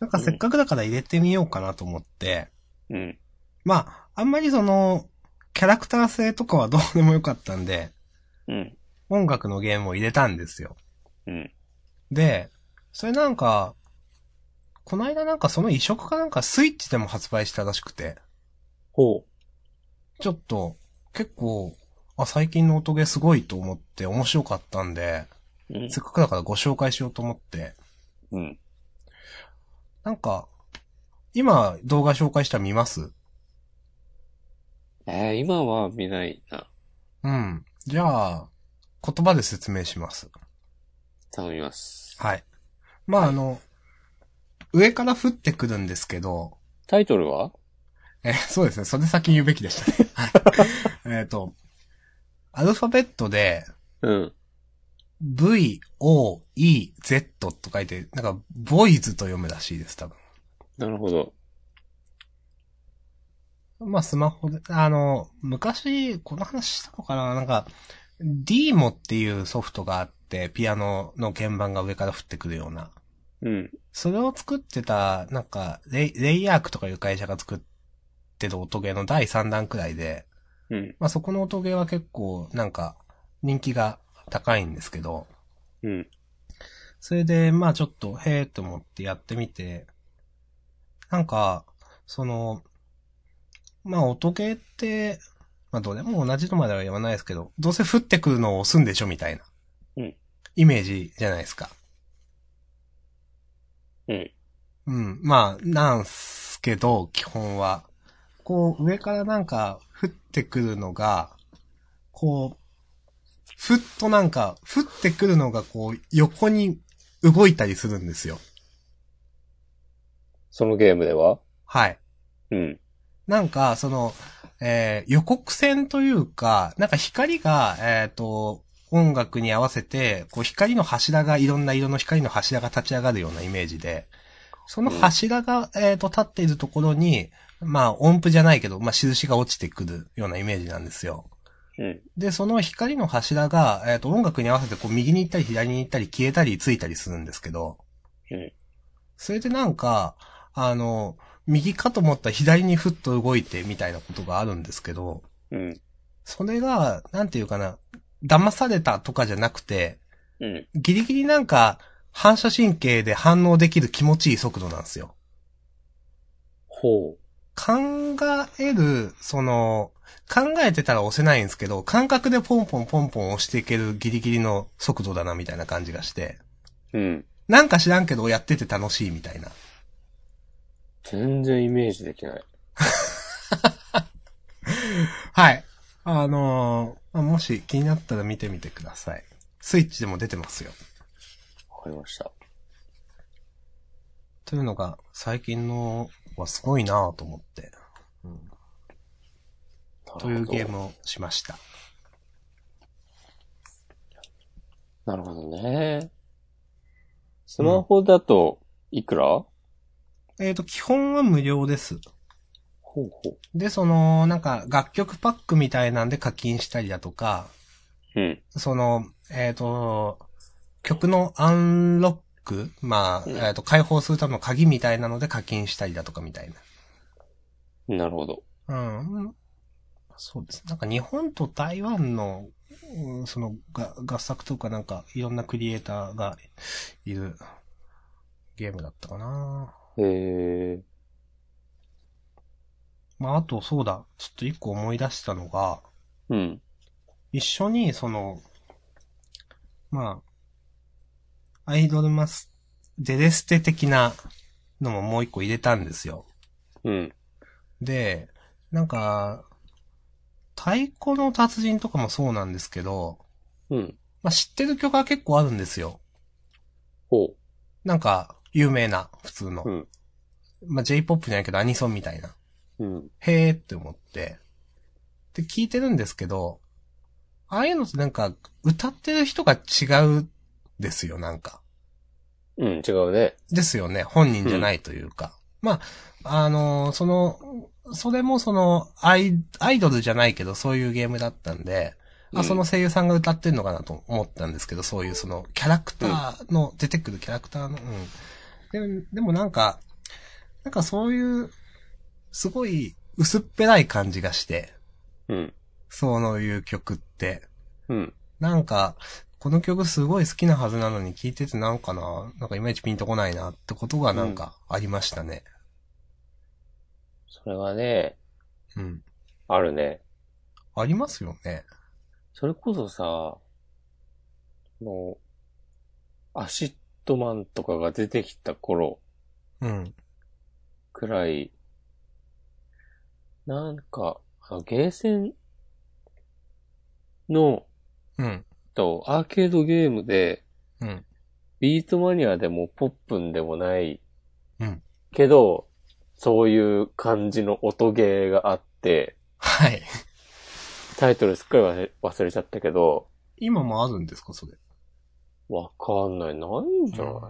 なんかせっかくだから入れてみようかなと思って、
うん。
まあ、あんまりその、キャラクター性とかはどうでもよかったんで、
うん。
音楽のゲームを入れたんですよ。
うん。
で、それなんか、この間なんかその移植かなんかスイッチでも発売したらしくて、
ほ
ちょっと、結構、あ、最近の音ゲーすごいと思って面白かったんで、
う。うん。
せっかくだからご紹介しようと思って、
うん。
なんか、今動画紹介したら見ます
えー、今は見ないな。
うん。じゃあ、言葉で説明します。
頼みます。
はい。まあ、あの、上から降ってくるんですけど、
タイトルは
え、そうですね。それ先言うべきでしたね。はい。えっと、アルファベットで、
うん。
V, O, E, Z と書いて、なんか、ボイズと読むらしいです、多分。
なるほど。
まあ、スマホで、あの、昔、この話したのかななんか、d モっていうソフトがあって、ピアノの鍵盤が上から降ってくるような。
うん。
それを作ってた、なんかレイ、レイヤークとかいう会社が作ってる音ゲーの第3弾くらいで、
うん。
まあそこの音ゲーは結構、なんか、人気が高いんですけど、
うん。
それで、まあちょっと、へえと思ってやってみて、なんか、その、まあ音ゲーって、まあどれも同じとまでは言わないですけど、どうせ降ってくるのを押すんでしょみたいな。
うん
イメージじゃないですか。
うん。
うん。まあ、なんすけど、基本は。こう、上からなんか降ってくるのが、こう、ふっとなんか、降ってくるのがこう、横に動いたりするんですよ。
そのゲームでは
はい。
うん。
なんか、その、えー予告線というか、なんか光が、えっ、と、音楽に合わせて、こう光の柱が、いろんな色の光の柱が立ち上がるようなイメージで、その柱が、えっ、と、立っているところに、まあ音符じゃないけど、まあ印が落ちてくるようなイメージなんですよ。
うん。
で、その光の柱が、えっ、と、音楽に合わせてこう右に行ったり左に行ったり消えたりついたりするんですけど、
うん
それでなんか、あの、右かと思ったら左にふっと動いてみたいなことがあるんですけど、
うん。
それが、なんていうかな、騙されたとかじゃなくて、
うん。
ギリギリなんか、反射神経で反応できる気持ちいい速度なんですよ。
ほ
考える、その、考えてたら押せないんですけど、感覚でポンポンポンポン押していけるギリギリの速度だなみたいな感じがして、
う。うん。
なんか知らんけどやってて楽しいみたいな。
全然イメージできない。
はい。あのーまあもし気になったら見てみてください。スイッチでも出てますよ。
わかりました。
というのが、最近のはすごいなぁと思って、というゲームをしました。
なるほどね。スマホだと、いくら、
えっ、と、基本は無料です。
ほうほ
で、その、なんか、楽曲パックみたいなんで課金したりだとか、
う。うん。
その、えっ、と、曲のアンロック、まあ、
うん
えっ、と、解放するための鍵みたいなので課金したりだとかみたい
なるほど。
な。うん。そうです。なんか日本と台湾の、うんその、が合作とかなんか、いろんなクリエイターがいるゲームだったかな。
へえ。
まあ、あと、そうだ。ちょっと一個思い出したのが、
うん。
一緒に、その、まあ、アイドルマス、デレステ的なのももう一個入れたんですよ。
うん。
で、なんか、太鼓の達人とかもそうなんですけど、
うん。
まあ、知ってる曲は結構あるんですよ。
ほ
なんか、有名な、普通の。
うん
まあ、J-POP じゃないけど、アニソンみたいな。
う。うん。
へーって思って。で、聞いてるんですけど、ああいうのってなんか、歌ってる人が違うんですよ、なんか。
うん、違うね。
ですよね、本人じゃないというか。まあ、あのーその、それもそのアイ、アイドルじゃないけど、そういうゲームだったんで、
う
あ、
ん
その声優さんが歌ってんのかなと思ったんですけど、そういうその、キャラクターの、出てくるキャラクターの、うん。でも、でもなんか、なんかそういう、すごい薄っぺらい感じがして、
うん。
そういう曲って。
うん。
なんか、この曲すごい好きなはずなのに聴いててなんかな、なんかいまいちピンとこないなってことがなんかありましたね。
それはね、
うん。
あるね。
ありますよね。
それこそさ、もう、アシットマンとかが出てきた頃
うん。
くらい、なんか、あのゲーセンの、
うん。
と、アーケードゲームで、
うん。
ビートマニアでもポップンでもない、
うん
けど、そういう感じの音ゲーがあって、
はい。
タイトルすっかり忘れ忘れちゃったけど、
*laughs* 今もあるんですか、それ。
わかんない。ないんじゃない、
うん、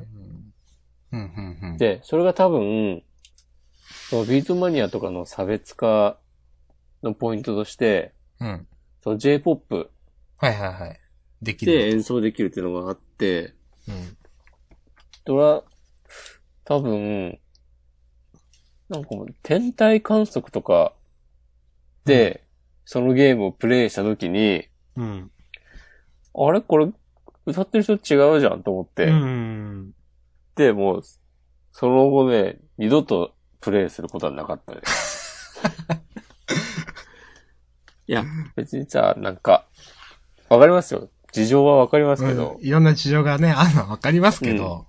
うん、うん。
で、それが多分、そのビートマニアとかの差別化のポイントとして、
うん。
その J-POP
はいはいはい。でき
で
る。
演奏できるっていうのがあって、
うん。
ドラ、多分、なんかもう天体観測とかで、そのゲームをプレイした時に、
うん。
あれこれ、歌ってる人違うじゃんと思って、
うん。
で、もう、その後ね、二度とプレイすることはなかったね。 *laughs* いや、別にさ、なんか、わかりますよ。事情はわかりますけど、
うんいろんな事情がね、あるのはわかりますけど、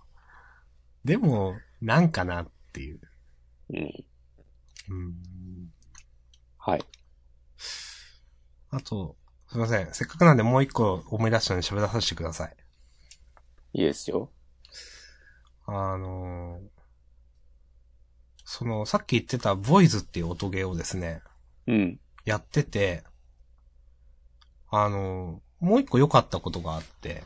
でも、なんかなっていう。
うん。
うん。
はい。
あと、すいません。せっかくなんでもう一個思い出したので喋らさせてください。
いいですよ。
あのーその、さっき言ってたボイズっていう音ゲーをですね、
うん。
やってて、あのーもう一個良かったことがあって、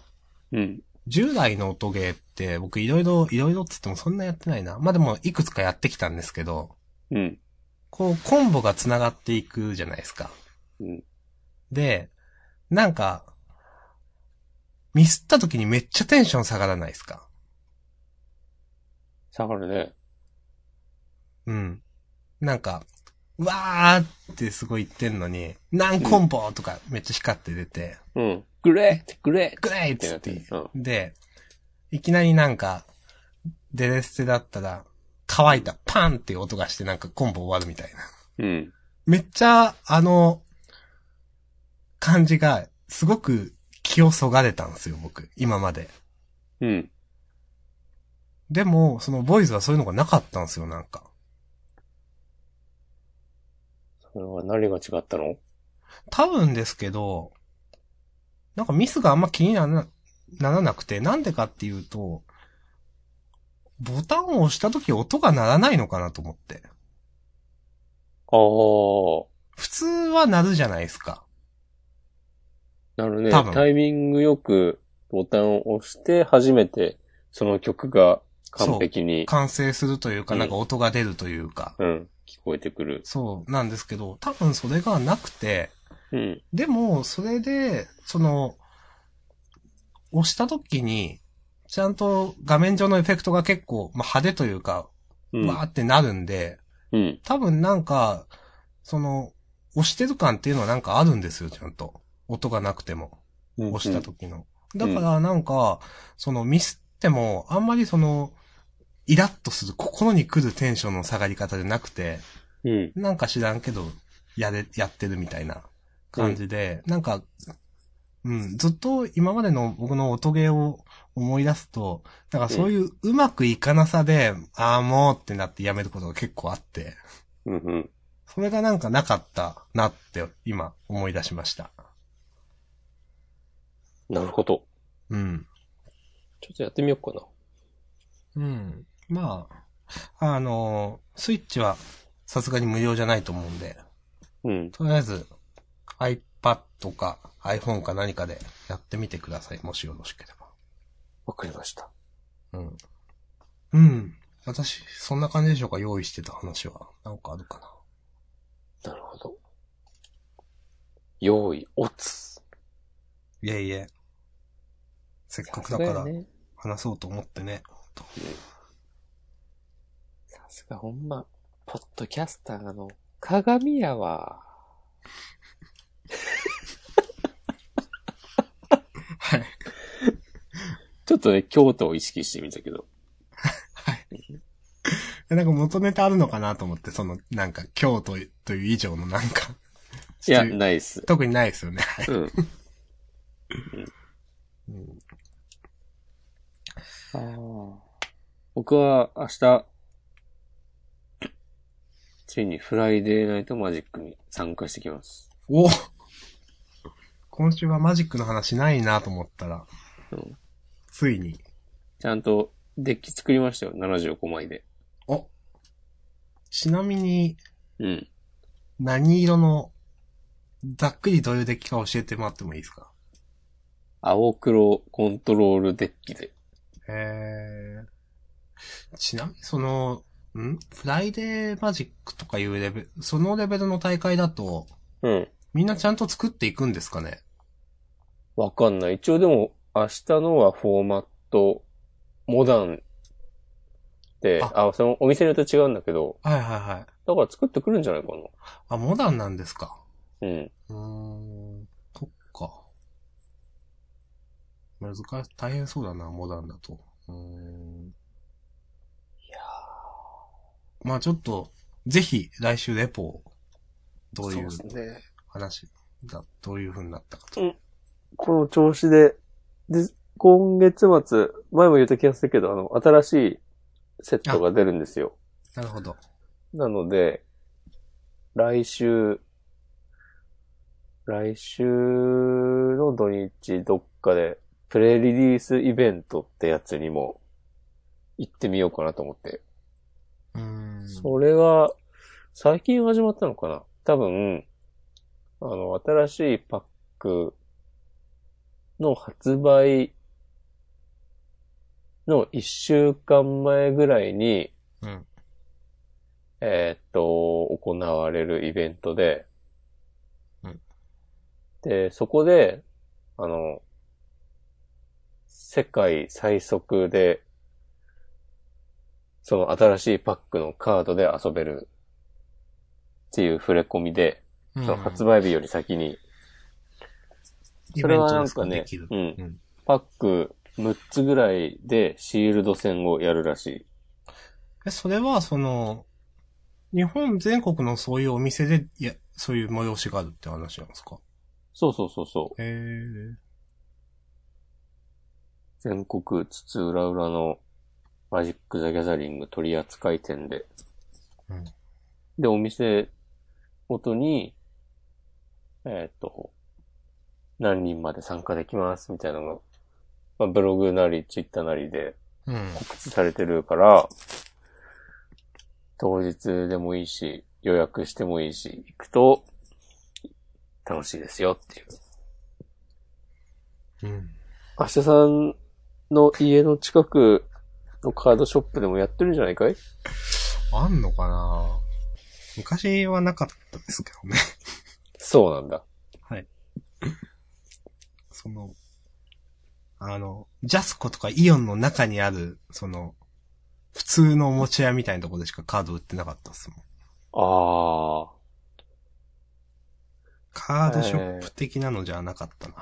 うん。
従来の音ゲーって僕いろいろ、いろいろっつってもそんなやってないな。まあ、でもいくつかやってきたんですけど、
うん。
こう、コンボが繋がっていくじゃないですか。
うん。
で、なんか、ミスった時にめっちゃテンション下がらないですか。
下がるね。
うん。なんか、うわーってすごい言ってんのに、何コンボとかめっちゃ光って出て、
うん。グレートグレー
グレイっ
って
つ
な
っ
って
て
る。うん。
で、いきなりなんか、デレステだったら、乾いたパンっていう音がしてなんかコンボ終わるみたいな。
うん。
めっちゃ、あの、感じが、すごく気をそがれたんですよ、僕。今まで。
うん。
でも、そのボイズはそういうのがなかったんですよ、なんか。
それは何が違ったの
多分ですけど、なんかミスがあんま気にならなならなくて、なんでかっていうと、ボタンを押した時音が鳴らないのかなと思って。
あ
普通は鳴るじゃないですか。
あ。なるね
多分。
タイミングよくボタンを押して、初めてその曲が完璧に、
完成するというか、
うん
なんか音が出るというか。
うん、聞こえてくる。
そうなんですけど、多分それがなくて、
うん。
でも、それで、その、押した時に、ちゃんと画面上のエフェクトが結構、まあ、派手というか、
う
わー
ん。
ってなるんで、
うん。
多分なんか、その、押してる感っていうのはなんかあるんですよ、ちゃんと。音がなくても、押した時の。だからなんか、そのミスっても、あんまりその、イラッとする、心に来るテンションの下がり方じゃなくて、
うん。
なんか知らんけど、やれ、やってるみたいな感じで、なんか、うん、ずっと今までの僕の音ゲーを思い出すと、なんかそういううまくいかなさで、ああもうってなってやめることが結構あって、
うん。うん。
それがなんかなかったなって今思い出しました。
なるほど。
うん。
ちょっとやってみようか
うん。まあ、あのスイッチはさすがに無料じゃないと思うんで、
な。うん。
とりあえず iPad か iPhone か何かでやってみてください。もしよろしけれ
わかりました。
ば。うん。うん。私、そんな感じでしょうか用意してた話は。なんかあるかな。
なるほど。用意、おつ。
いえいえ。せっかくだから
さすがやね
話そうと思ってね。
さすがほんま、ポッドキャスターの鏡やわ。
はい。
ちょっとね、京都を意識してみたけど。
*laughs* なんか元ネタあるのかなと思って、その、なんか、京都という以上のなんか
いや、
そうう
ないっす。
*laughs* 特にないですよね。
うん。あー僕は明日、ついにフライデーナイトマジックに参加してきます。
お今週はマジックの話ないなと思ったら、
うん
ついに、
ちゃんとデッキ作りましたよ、75枚で。
おちなみに、
うん。
何色の、ざっくりどういうデッキか教えてもらってもいいですか
青黒コントロールデッキで。
えー、ちなみにその、んフライデーマジックとかいうレベル、そのレベルの大会だと、
うん。
みんなちゃんと作っていくんですかね
わかんない。一応でも、明日のはフォーマット、モダンで、あそのお店によって違うんだけど、
はいはいはい。
だから作ってくるんじゃないかな。
あ、モダンなんですか。
うん。
うーん、そっか。難しい、大変そうだな、モダンだと。うーん。
いや
まあちょっと、ぜひ来週レポを、どういう
そうですね。
話だ、どういう風になったかと。
この調子で、で、今月末、前も言った気がするけど、あの、新しいセットが出るんですよ。
なるほど。
なので、来週、来週の土日どっかで、プレリリースイベントってやつにも行ってみようかなと思って。
うん。
それは、最近始まったのかな多分、あの、新しいパックの発売の一週間前ぐらいに、
うん
えーっと、行われるイベントで、
うん
で、そこで、あの、世界最速で、その新しいパックのカードで遊べるっていう触れ込みで、
う
その
ん
発売日より先に、
イ
そ
ベ
れ
ン
は
ト
な
で
ん
すか
かね
できる、。
うん
うん
パック6つぐらいでシールド戦をやるらしい。
えそれは、その、日本全国のそういうお店で、いや、そういう催しがあるって話なんですか
そうそうそうそう。
ええ
全国津々浦々のマジック・ザ・ギャザリング取扱店で。
うん
で、お店ごとに、えーっと、何人まで参加できますみたいなのが、まあ、ブログなりツイッターなりで
うん。
告知されてるから、当日でもいいし、予約してもいいし、行くと楽しいですよっていう。
うん。
明日さんの家の近くのカードショップでもやってるんじゃないかい
あんのかな昔はなかったですけどね。
そうなんだ。
その、あの、ジャスコとかイオンの中にある、その、普通のおもちゃ屋みたいなとこでしかカード売ってなかったっすもん。
ああ。
カードショップ的なのじゃなかったな。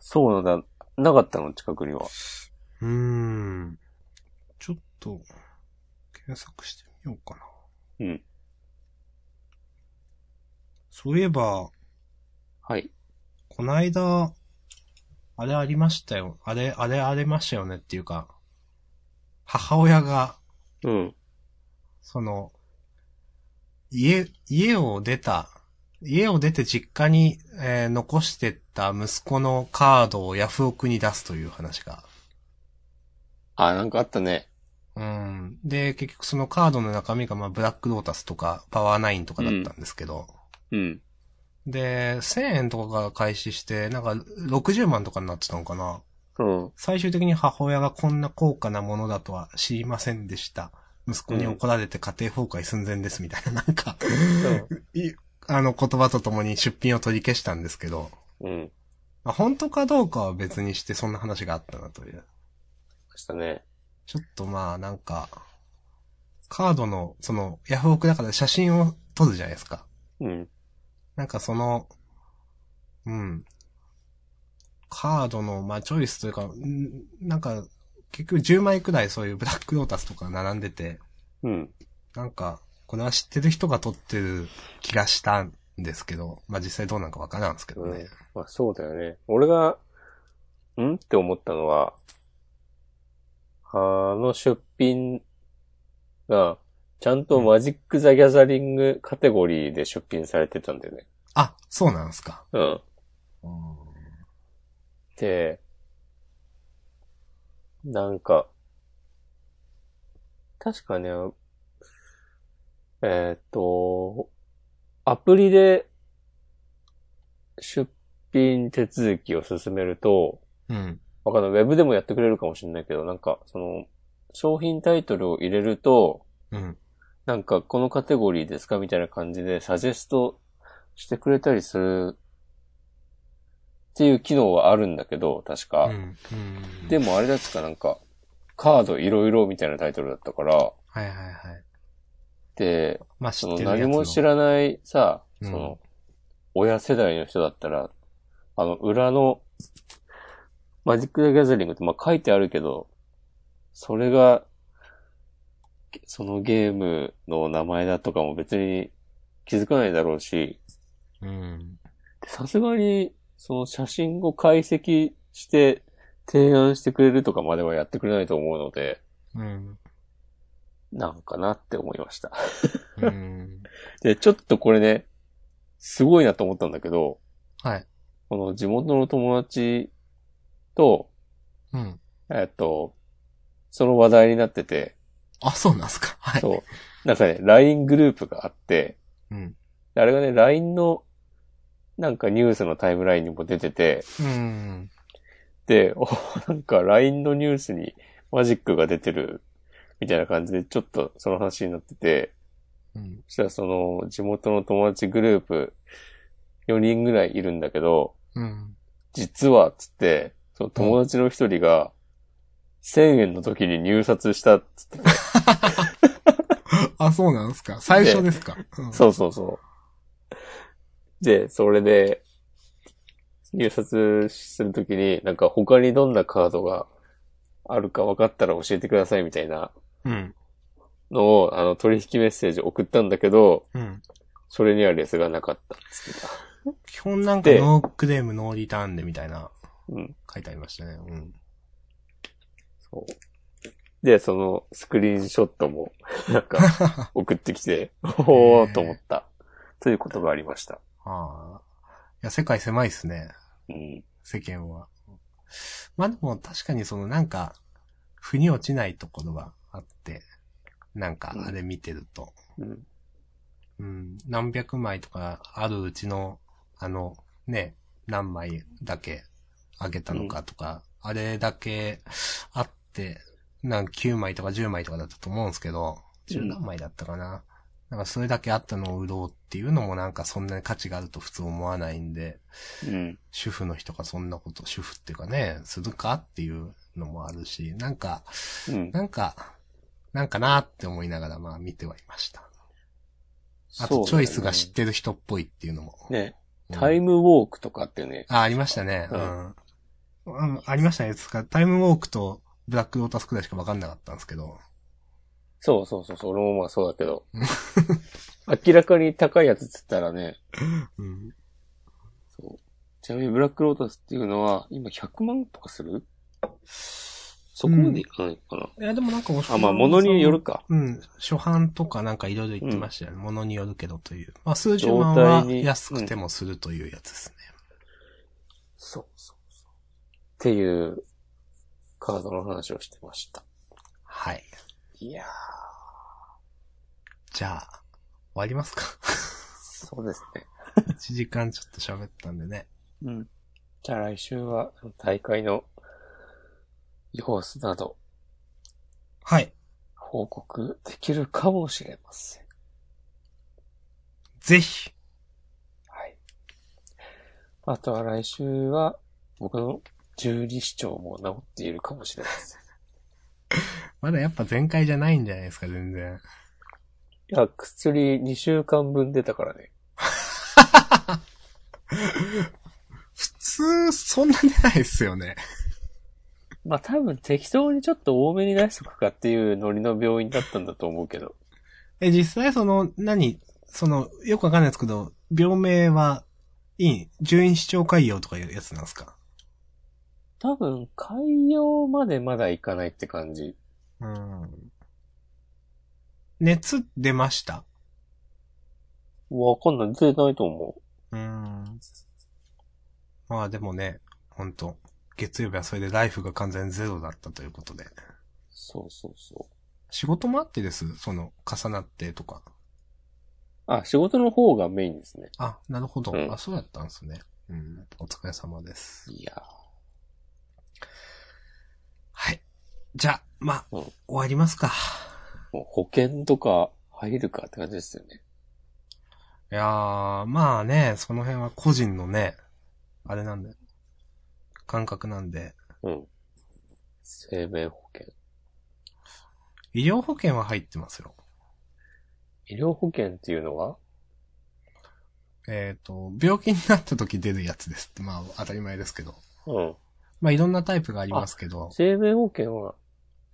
そうなんだ。なかったの、近くには。
うーん。ちょっと、検索してみようかな。
うん。
そういえば、
はい。
こないだ、あれありましたよ。あれ、あれありましたよねっていうか、母親が、
うん。
その、家、家を出た、家を出て実家に、えー残してった息子のカードをヤフオクに出すという話が。
あなんかあったね。
うん。で、結局そのカードの中身が、まあ、ブラックロータスとか、パワーナインとかだったんですけど、
うん。
で、1000円とかが開始して、なんか、60万とかになってたのかな。
うん。
最終的に母親がこんな高価なものだとは知りませんでした。息子に怒られて家庭崩壊寸前ですみたいな、なんか、いあの言葉とともに出品を取り消したんですけど、
うん。
まあ、本当かどうかは別にしてそんな話があったなという。
ましたね。
ちょっとまあなんか、カードの、その、ヤフオクだから写真を撮るじゃないですか。
うん。
なんかその、うん。カードの、まあ、チョイスというか、んなんか、結局10枚くらいそういうブラックロータスとか並んでて、
うん。
なんか、これは知ってる人が撮ってる気がしたんですけど、まあ、実際どうなんかわからんですけどね。
まあそうだよね。俺が、んって思ったのは、あの出品が、ちゃんとマジック・ザ・ギャザリングカテゴリーで出品されてたんだよね。
あ、そうなんですか。
うん。
うん。
で、なんか、確かね、えーっと、アプリで出品手続きを進めると、
うん。
わかんない。ウェブでもやってくれるかもしれないけど、なんか、その、商品タイトルを入れると、
うん。
なんか、このカテゴリーですかみたいな感じで、サジェストしてくれたりするっていう機能はあるんだけど、確か。
うん。
でもあれだったかなんか、カードいろいろみたいなタイトルだったから、
はいはいはい。
で、
まあ、知
そ
っ
の
てるやつの
何も知らないさ、
うん
その、親世代の人だったら、あの、裏の、マジック・ザ・ギャザリングって、まあ、書いてあるけど、それが、そのゲームの名前だとかも別に気づかないだろうし、
うん。
さすがに、その写真を解析して提案してくれるとかまではやってくれないと思うので、
うん。
なんかなって思いました。
うん。
で、ちょっとこれね、すごいなと思ったんだけど、
はい。
この地元の友達と、
うん。
えっと、その話題になってて、
あ、そうなんすか。はい。
そう。なんかね、LINE グループがあって、
うん。
であれがね、LINE の、なんかニュースのタイムラインにも出てて、
うん。
で、おなんか LINE のニュースにマジックが出てる、みたいな感じで、ちょっとその話になってて、
うん。
そしたらその、地元の友達グループ、4人ぐらいいるんだけど、
うん。
実は、つって、その友達の一人が、1000円の時に入札した、つって、
あ、そうなんすか。最初ですか。うん
そうそうそう。で、それで、入札するときに、なんか他にどんなカードがあるか分かったら教えてくださいみたいな
うん。
のを、あの、取引メッセージ送ったんだけど、
うん。
それにはレスがなかったっつってた。
基本なんか
で
ノークレーム、ノーリターンでみたいな
うん。
書いてありましたね。うん。
そう。で、そのスクリーンショットも、 *laughs* なんか
*laughs*
送ってきて、おーと思った。ということがありました。
ああ。いや、世界狭いっすね。
うん。
世間は。まあでも確かにそのなんか、腑に落ちないところがあって、なんかあれ見てると、
うん。
うん、何百枚とかあるうちの、あの、ね、何枚だけあげたのかとか、あれだけあって、なんか9枚とか10枚とかだったと思うんですけど、10何枚だったかな。なんかそれだけあったのを売ろうっていうのもなんかそんなに価値があると普通思わないんで、
うん。
主婦の人がそんなこと、主婦っていうかね、するかっていうのもあるし、なんか、
うん。
なんか、なんかなって思いながらまあ見てはいました。
そ
あ
うだよ
と、
ね
チョイスが知ってる人っぽいっていうのも。
ね、
うん
タイムウォークとかってね、
あ、ありましたね。
う
うんん。うん、ありましたね。つか、タイムウォークとブラックロータスくらいしかわかんなかったんですけど。
そうそうそうそう、俺もまあそうだけ
*laughs*
ど。明らかに高いやつっつったらね、
うん。
そう。ちなみにブラックロータスっていうのは、今100万とかするそこまでいかないのか
いや、でもなんかお
な。あ、まあ物による。か。
うん。初版とかなんかいろいろ言ってましたよね。物によるけどという。まあ、数十万
状
は
態に
安くてもするというやつですね。
そうそうそう。っていう、カードの話をしてました。
はい。
いやー、
じゃあ、終わりますか。 *laughs*
そうですね。
1時間ちょっと喋ったんでね。
うん。じゃあ来週は、大会の様子など、
はい。
報告できるかもしれません。
ぜひ。
はい。あとは来週は、僕の十二指腸も治っているかもしれません。い
まだやっぱ全開じゃないんじゃないですか、全然。
や、薬2週間分出たからね。
普通、そんな出ないっすよね。
まあ多分適当にちょっと多めに出しとくかっていうノリの病院だったんだと思うけど。
え、実際その、何その、よくわかんないですけど、病名は、いい、順位視聴概要とかいうやつなんですか
多分、海洋までまだいかないって感じ。
うん。熱出ました。
わかんない。出てないと思
うん。まあでもね、ほんと、月曜日はそれでライフが完全ゼロだったということで。
う。そうそうそう。
仕事もあってです。その、重なってとか。
あ、仕事の方がメインですね。
あ、なるほど。
うん
あ、そうだったんですね。うん。お疲れ様です。
いや
はい。じゃあ、まあ、
うん
終わりますか。
ー、もう保険とか入るかって感じですよね。
いやー、まあね、その辺は個人のね、あれなんで、感覚なんで、
うん。生命保険。
医療保険は入ってますよ。
医療保険っていうのは
えっ、と、病気になった時出るやつですって、まあ、当たり前ですけど。
うん。
まあ、いろんなタイプがありますけど、
生命保険は、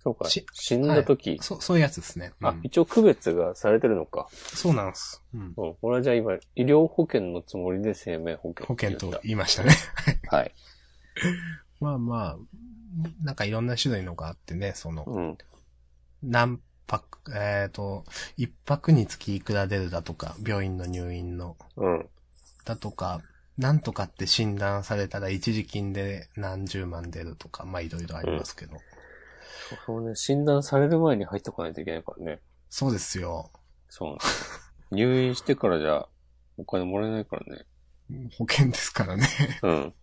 そうか
し、
死んだ時、
そ、そういうやつですね。うん
あ、一応区別がされてるのか。
そうなんです。うん。
うん。俺はじゃあ今、医療保険のつもりで生命保険。
保険と。言いましたね。 *laughs*
はい。
まあまあ、なんかいろんな種類のがあってね、その、
うん。
何泊、えっ、と、一泊につきいくら出るだとか、病院の入院の、
うん。
だとか、なんとかって診断されたら一時金で何十万出るとか、まあいろいろありますけど。
そうね、診断される前に入っとかないといけないからね。
そうですよ。
そうなんですよ入院してからじゃ、お金もらえないからね。
保険ですからね。 *laughs*
うん。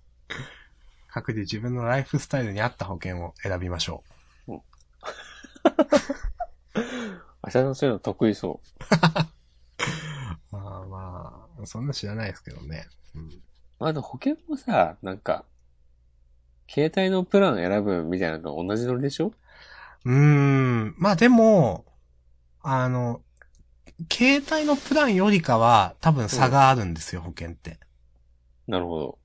各自自分のライフスタイルに合った保険を選びましょう。
明日さんそういうの得意そ
まあまあ、そんな知らないですけどね。うん、
う。あと保険もさ、なんか、携帯のプラン選ぶみたいなのと同じノリでしょ
うーん。まあでも、あの、携帯のプランよりかは多分差があるんですよ、保険って。
なるほど。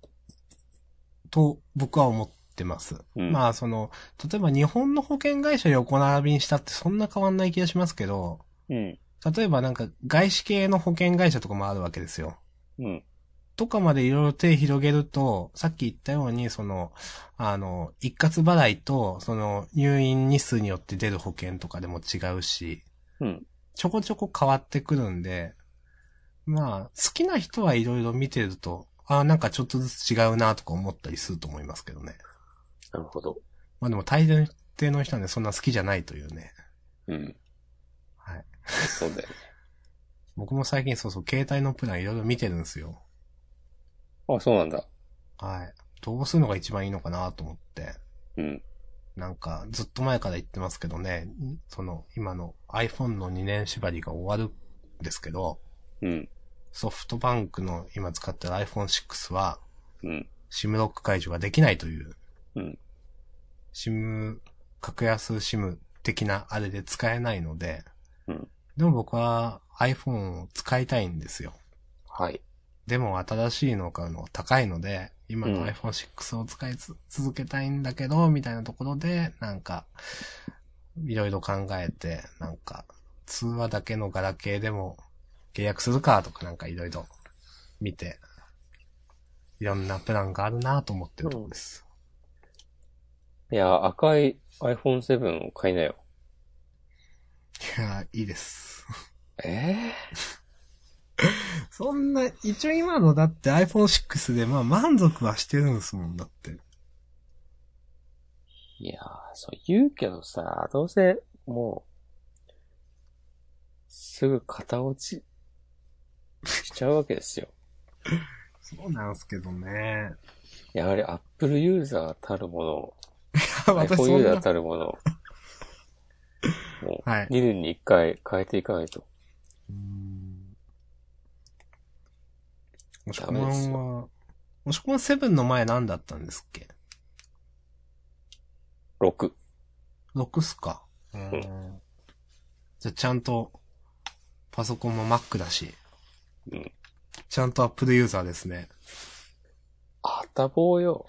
と、僕は思ってます。
うん。
まあその、例えば日本の保険会社横並びにしたってそんな変わんない気がしますけど、
うん。
例えばなんか外資系の保険会社とかもあるわけですよ。
うん。
とかまでいろいろ手広げると、さっき言ったように、その、あの、一括払いと、その、入院日数によって出る保険とかでも違うし、
うん。
ちょこちょこ変わってくるんで、まあ、好きな人はいろいろ見てると、ああ、なんかちょっとずつ違うなとか思ったりすると思いますけどね。
なるほど。
まあでも大抵の人はね、そんな好きじゃないというね。
うん。
はい。
そうだよね。
僕も最近そうそう、携帯のプランいろいろ見てるんですよ。
あ、そうなんだ。
はい。どうするのが一番いいのかなと思って。
うん。
なんか、ずっと前から言ってますけどね、その、今の iPhone の2年縛りが終わるんですけど、
うん。
ソフトバンクの今使ってる iPhone6 は、
うん。
SIM ロック解除ができないという、
うん。
SIM、格安 SIM 的なあれで使えないので、
うん
でも僕は iPhone を使いたいんですよ。
はい。
でも新しいのを買うのは高いので、今
う
の
ん
iPhone6 を使いつ続けたいんだけど、みたいなところで、なんか、いろいろ考えて、なんか、通話だけのガラケーでも契約するかとかなんかいろいろ見て、いろんなプランがあるなと思ってるところです。
いや、赤い iPhone7 を買いなよ。
いやーいいです。
え
*laughs* そんな、一応今のだって iPhone6 でまあ満足はしてるんですもん、だって。
えいやー、そう言うけどさ、どうせ、もう、すぐ型落ち、しちゃうわけですよ。
そうなんすけどね。
やはり Apple ユーザーたるもの、
*laughs* 私
iPhone
そ
ユ
ん
ーザー
な。
たるもの、もう、
は
2
い。
年に1回変えていかないと。
うーん押し
ダ
込
メ
ま
です
んは、押し込まんセブンの前何だったんですっけ
6。
?6 っすか。うーん。じゃあちゃんと、パソコンも Mac だし、
うん。
ちゃんと Apple ユーザーですね。
あたぼうよ。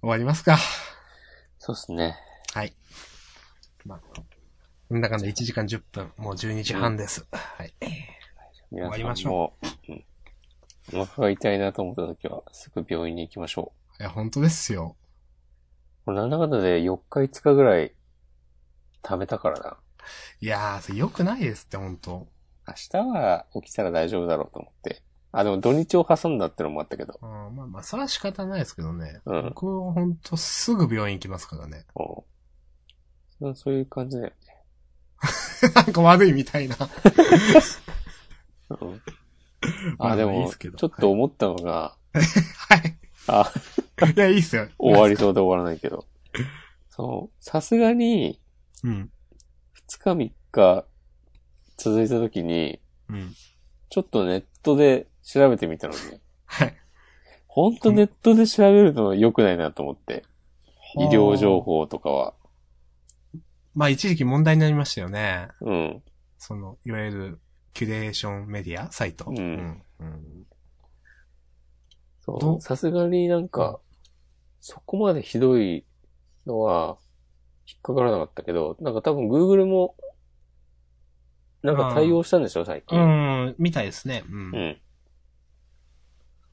終わりますか。
そうっすね。
はい。まあ、なんだかんだ1時間10分、もう12時半です。はい。
皆
終わりまし
さんも、うん。お腹が痛いなと思った時は、すぐ病院に行きましょう。
いや、本当ですよ。
これなんだかんだで4日5日ぐらい、食べたからな。
いやー、それ良くないですって、本当
明日は起きたら大丈夫だろうと思って。あ、でも土日を挟んだってのもあったけど。
あーまあまあ、それは仕方ないですけどね。
うん。
僕は本当すぐ病院行きますからね。
おうそういう感じだよね。
*laughs* なんか悪いみたいな。
うん。
*laughs* まあ
あ、で
いいっ
も、
すけど
ちょっと思ったのが、
はい。
あ、
いや、いいっすよ。
終わりそうで終わらないけ
*laughs*
ど。そう、さすがに、
うん。
2日3日続いた時に、
うん。
ちょっとネットで調べてみたのね。
はい。
ほんとネットで調べるの良くないなと思って。医療情。報とかは。
まあ、一時期問題になりましたよね。
うん。
その、いわゆる、キュレーションメディアサイト。
うん
うん。うん
そ
ど
う。さすがになんか、そこまでひどいのは、引っかからなかったけど、なんか多分 Google も、なんか対応したんでしょ、最近。
うん、みたいですね。うん。
うん。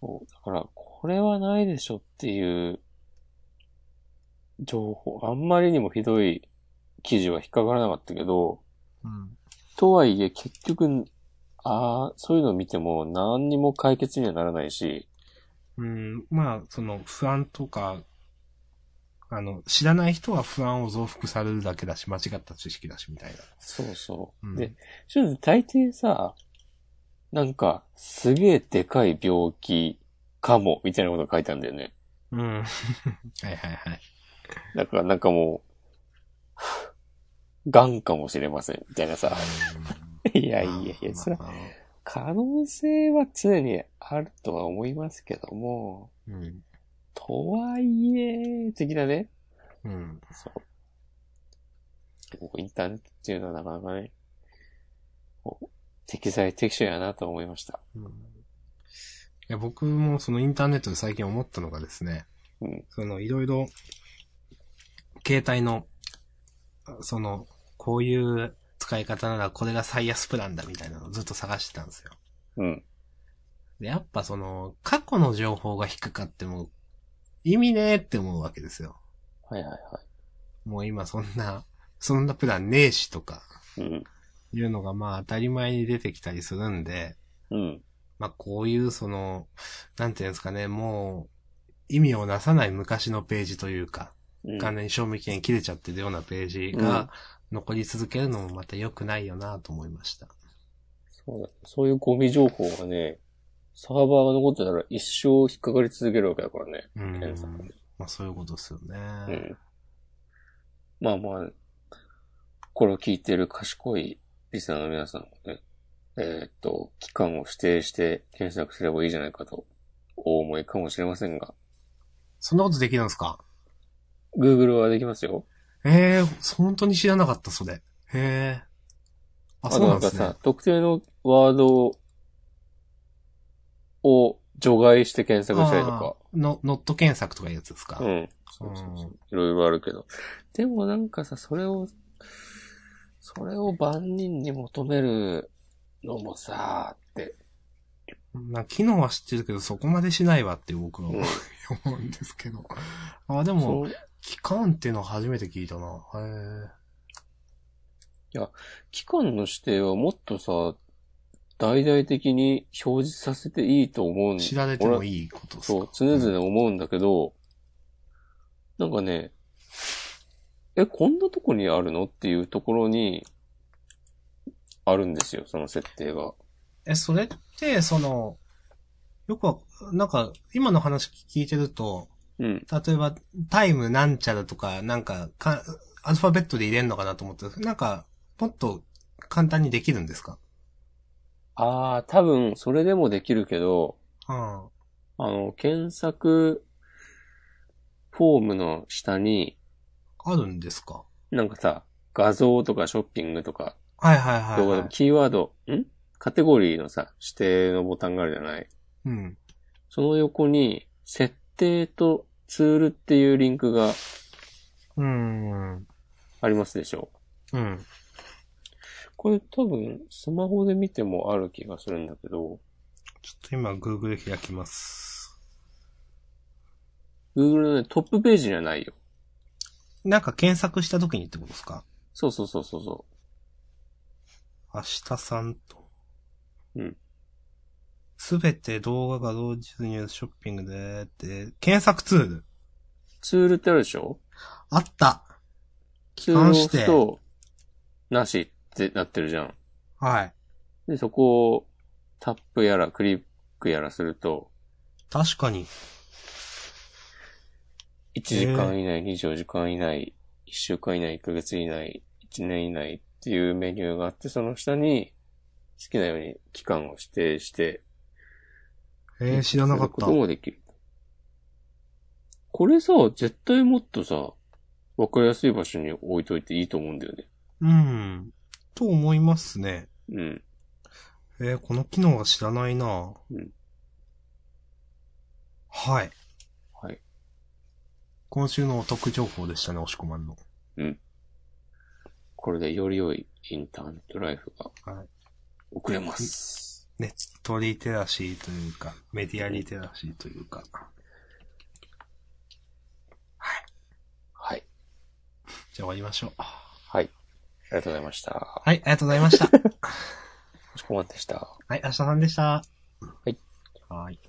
そう。だから、これはないでしょっていう、情報、あんまりにもひどい記事は引っかからなかったけど、
うん。
とはいえ、結局、ああ、そういうのを見ても何にも解決にはならないし、
うん、まあ、その不安とか、あの、知らない人は不安を増幅されるだけだし、間違った知識だし、みたいな。
そうそう。
うん
で、正直大抵さ、なんか、すげえでかい病気かも、みたいなことが書いてあるんだよね。
うん。 *laughs* はいはいはい。
だからなんかも *laughs* う、癌かもしれません、みたいなさ。 *laughs* いやいやいや、それは
まあまあ
可能性は常にあるとは思いますけども、
うん。
とはいえ、的なね。
うん。
そう。ここインターネットっていうのはなかなかね、こう適材適所やなと思いました。
うんいや、僕もそのインターネットで最近思ったのがですね、
うん
そのいろいろ、携帯の、その、こういう使い方ならこれが最安プランだみたいなのをずっと探してたんですよ。
うん。
で、やっぱその、過去の情報が引っかかっても、意味ねーって思うわけですよ。
はいはいは
もう今そんな、そんなプランねえしとか、
い。うん。
いうのがまあ当たり前に出てきたりするんで、
うん。
まあ、こういう、その、なんていうんですかね、もう、意味をなさない昔のページというか、
うん
完全に賞味期限切れちゃってるようなページが残り続けるのもまた良くないよなと思いました。
そうだ。そういうゴミ情報がね、サーバーが残ってたら一生引っかかり続けるわけだからね。
うん。
皆さんね
まあそういうことですよ
う
ね。
ん。まあまあ、これを聞いてる賢いリスナーの皆さんもね、えーっと、期間を指定して検索すればいいじゃないかと、お思いかもしれませんが、
そんなことできるんですか
Google はできますよ。
ええー、本当に知らなかった、それ。へえ。あ、そうなんです
あと
ね
か。さ、特定のワードを除外して検索したりとか。
あーの、ノット検索とかいうやつですか、
うん。そうそうそう。いろいろあるけど。でもなんかさ、それを、それを万人に求めるのもさ、って。
な機能は知ってるけど、そこまでしないわって僕は思う *laughs* 思うんですけど。あ、でも、
そう
期間っていうのは初めて聞いたな。へ
期間の指定はもっとさ、大々的に表示させていいと思うん
え。知られても
い。
いいことですか
そう、常々思うんだけど、なんかね、え、こんなとこにあるのっていうところに、あるんですよ、その設定が。
え、それって、その、よくは、なんか、今の話聞いてると、
うん。
例えば、タイムなんちゃらとか、なんかか、アルファベットで入れるのかなと思ってたなんか、もっと簡単にできるんですか
ああ、多分、それでもできるけど、
うん。
あの、検索フォームの下に、
あるんですか
なんかさ、画像とかショッピングとか、
はいはいはい、
動画
は
で
い
も。キーワード、んカテゴリーのさ、指定のボタンがあるじゃない
うん。
その横に、設定とツールっていうリンクが
うん。
ありますでしょ
うん。
これ多分、スマホで見てもある気がするんだけど、
ちょっと今、Google 開きます。
Google のね、トップページじゃないよ。
なんか検索した時にってことですか
そうそうそうそうそう。
明日さんと。
うん。
すべて動画が同時入ショッピングで、で、検索ツール。
ツールってあるでしょ
あった。
ツールを押すと、なしってなってるじゃん。
はい。
で、そこをタップやらクリックやらすると、
確かに。
1時間以内、24時間以内、1週間以内、1ヶ月以内、1年以内っていうメニューがあって、その下に好きなように期間を指定して、
えー、知らなかっ
する
た
こと。もできる。これさ、絶対もっとさ、わかりやすい場所に置いといていいと思うんだよね。
うん。と思いますね。
うん。
えー、この機能は知らないな
うん
はい。
はい。
今週のお得情報でしたね、押し込まんの。
これでより良いインターネットライフが
はい。
送れます。
ネットリテラシーというか、メディアリテラシーというか。
はい。
じゃあ終わりましょう。
はい。りがとうございました。
はい、ありがとうございました。
かしこまりました。。
はい、明日さんでした。はいはい。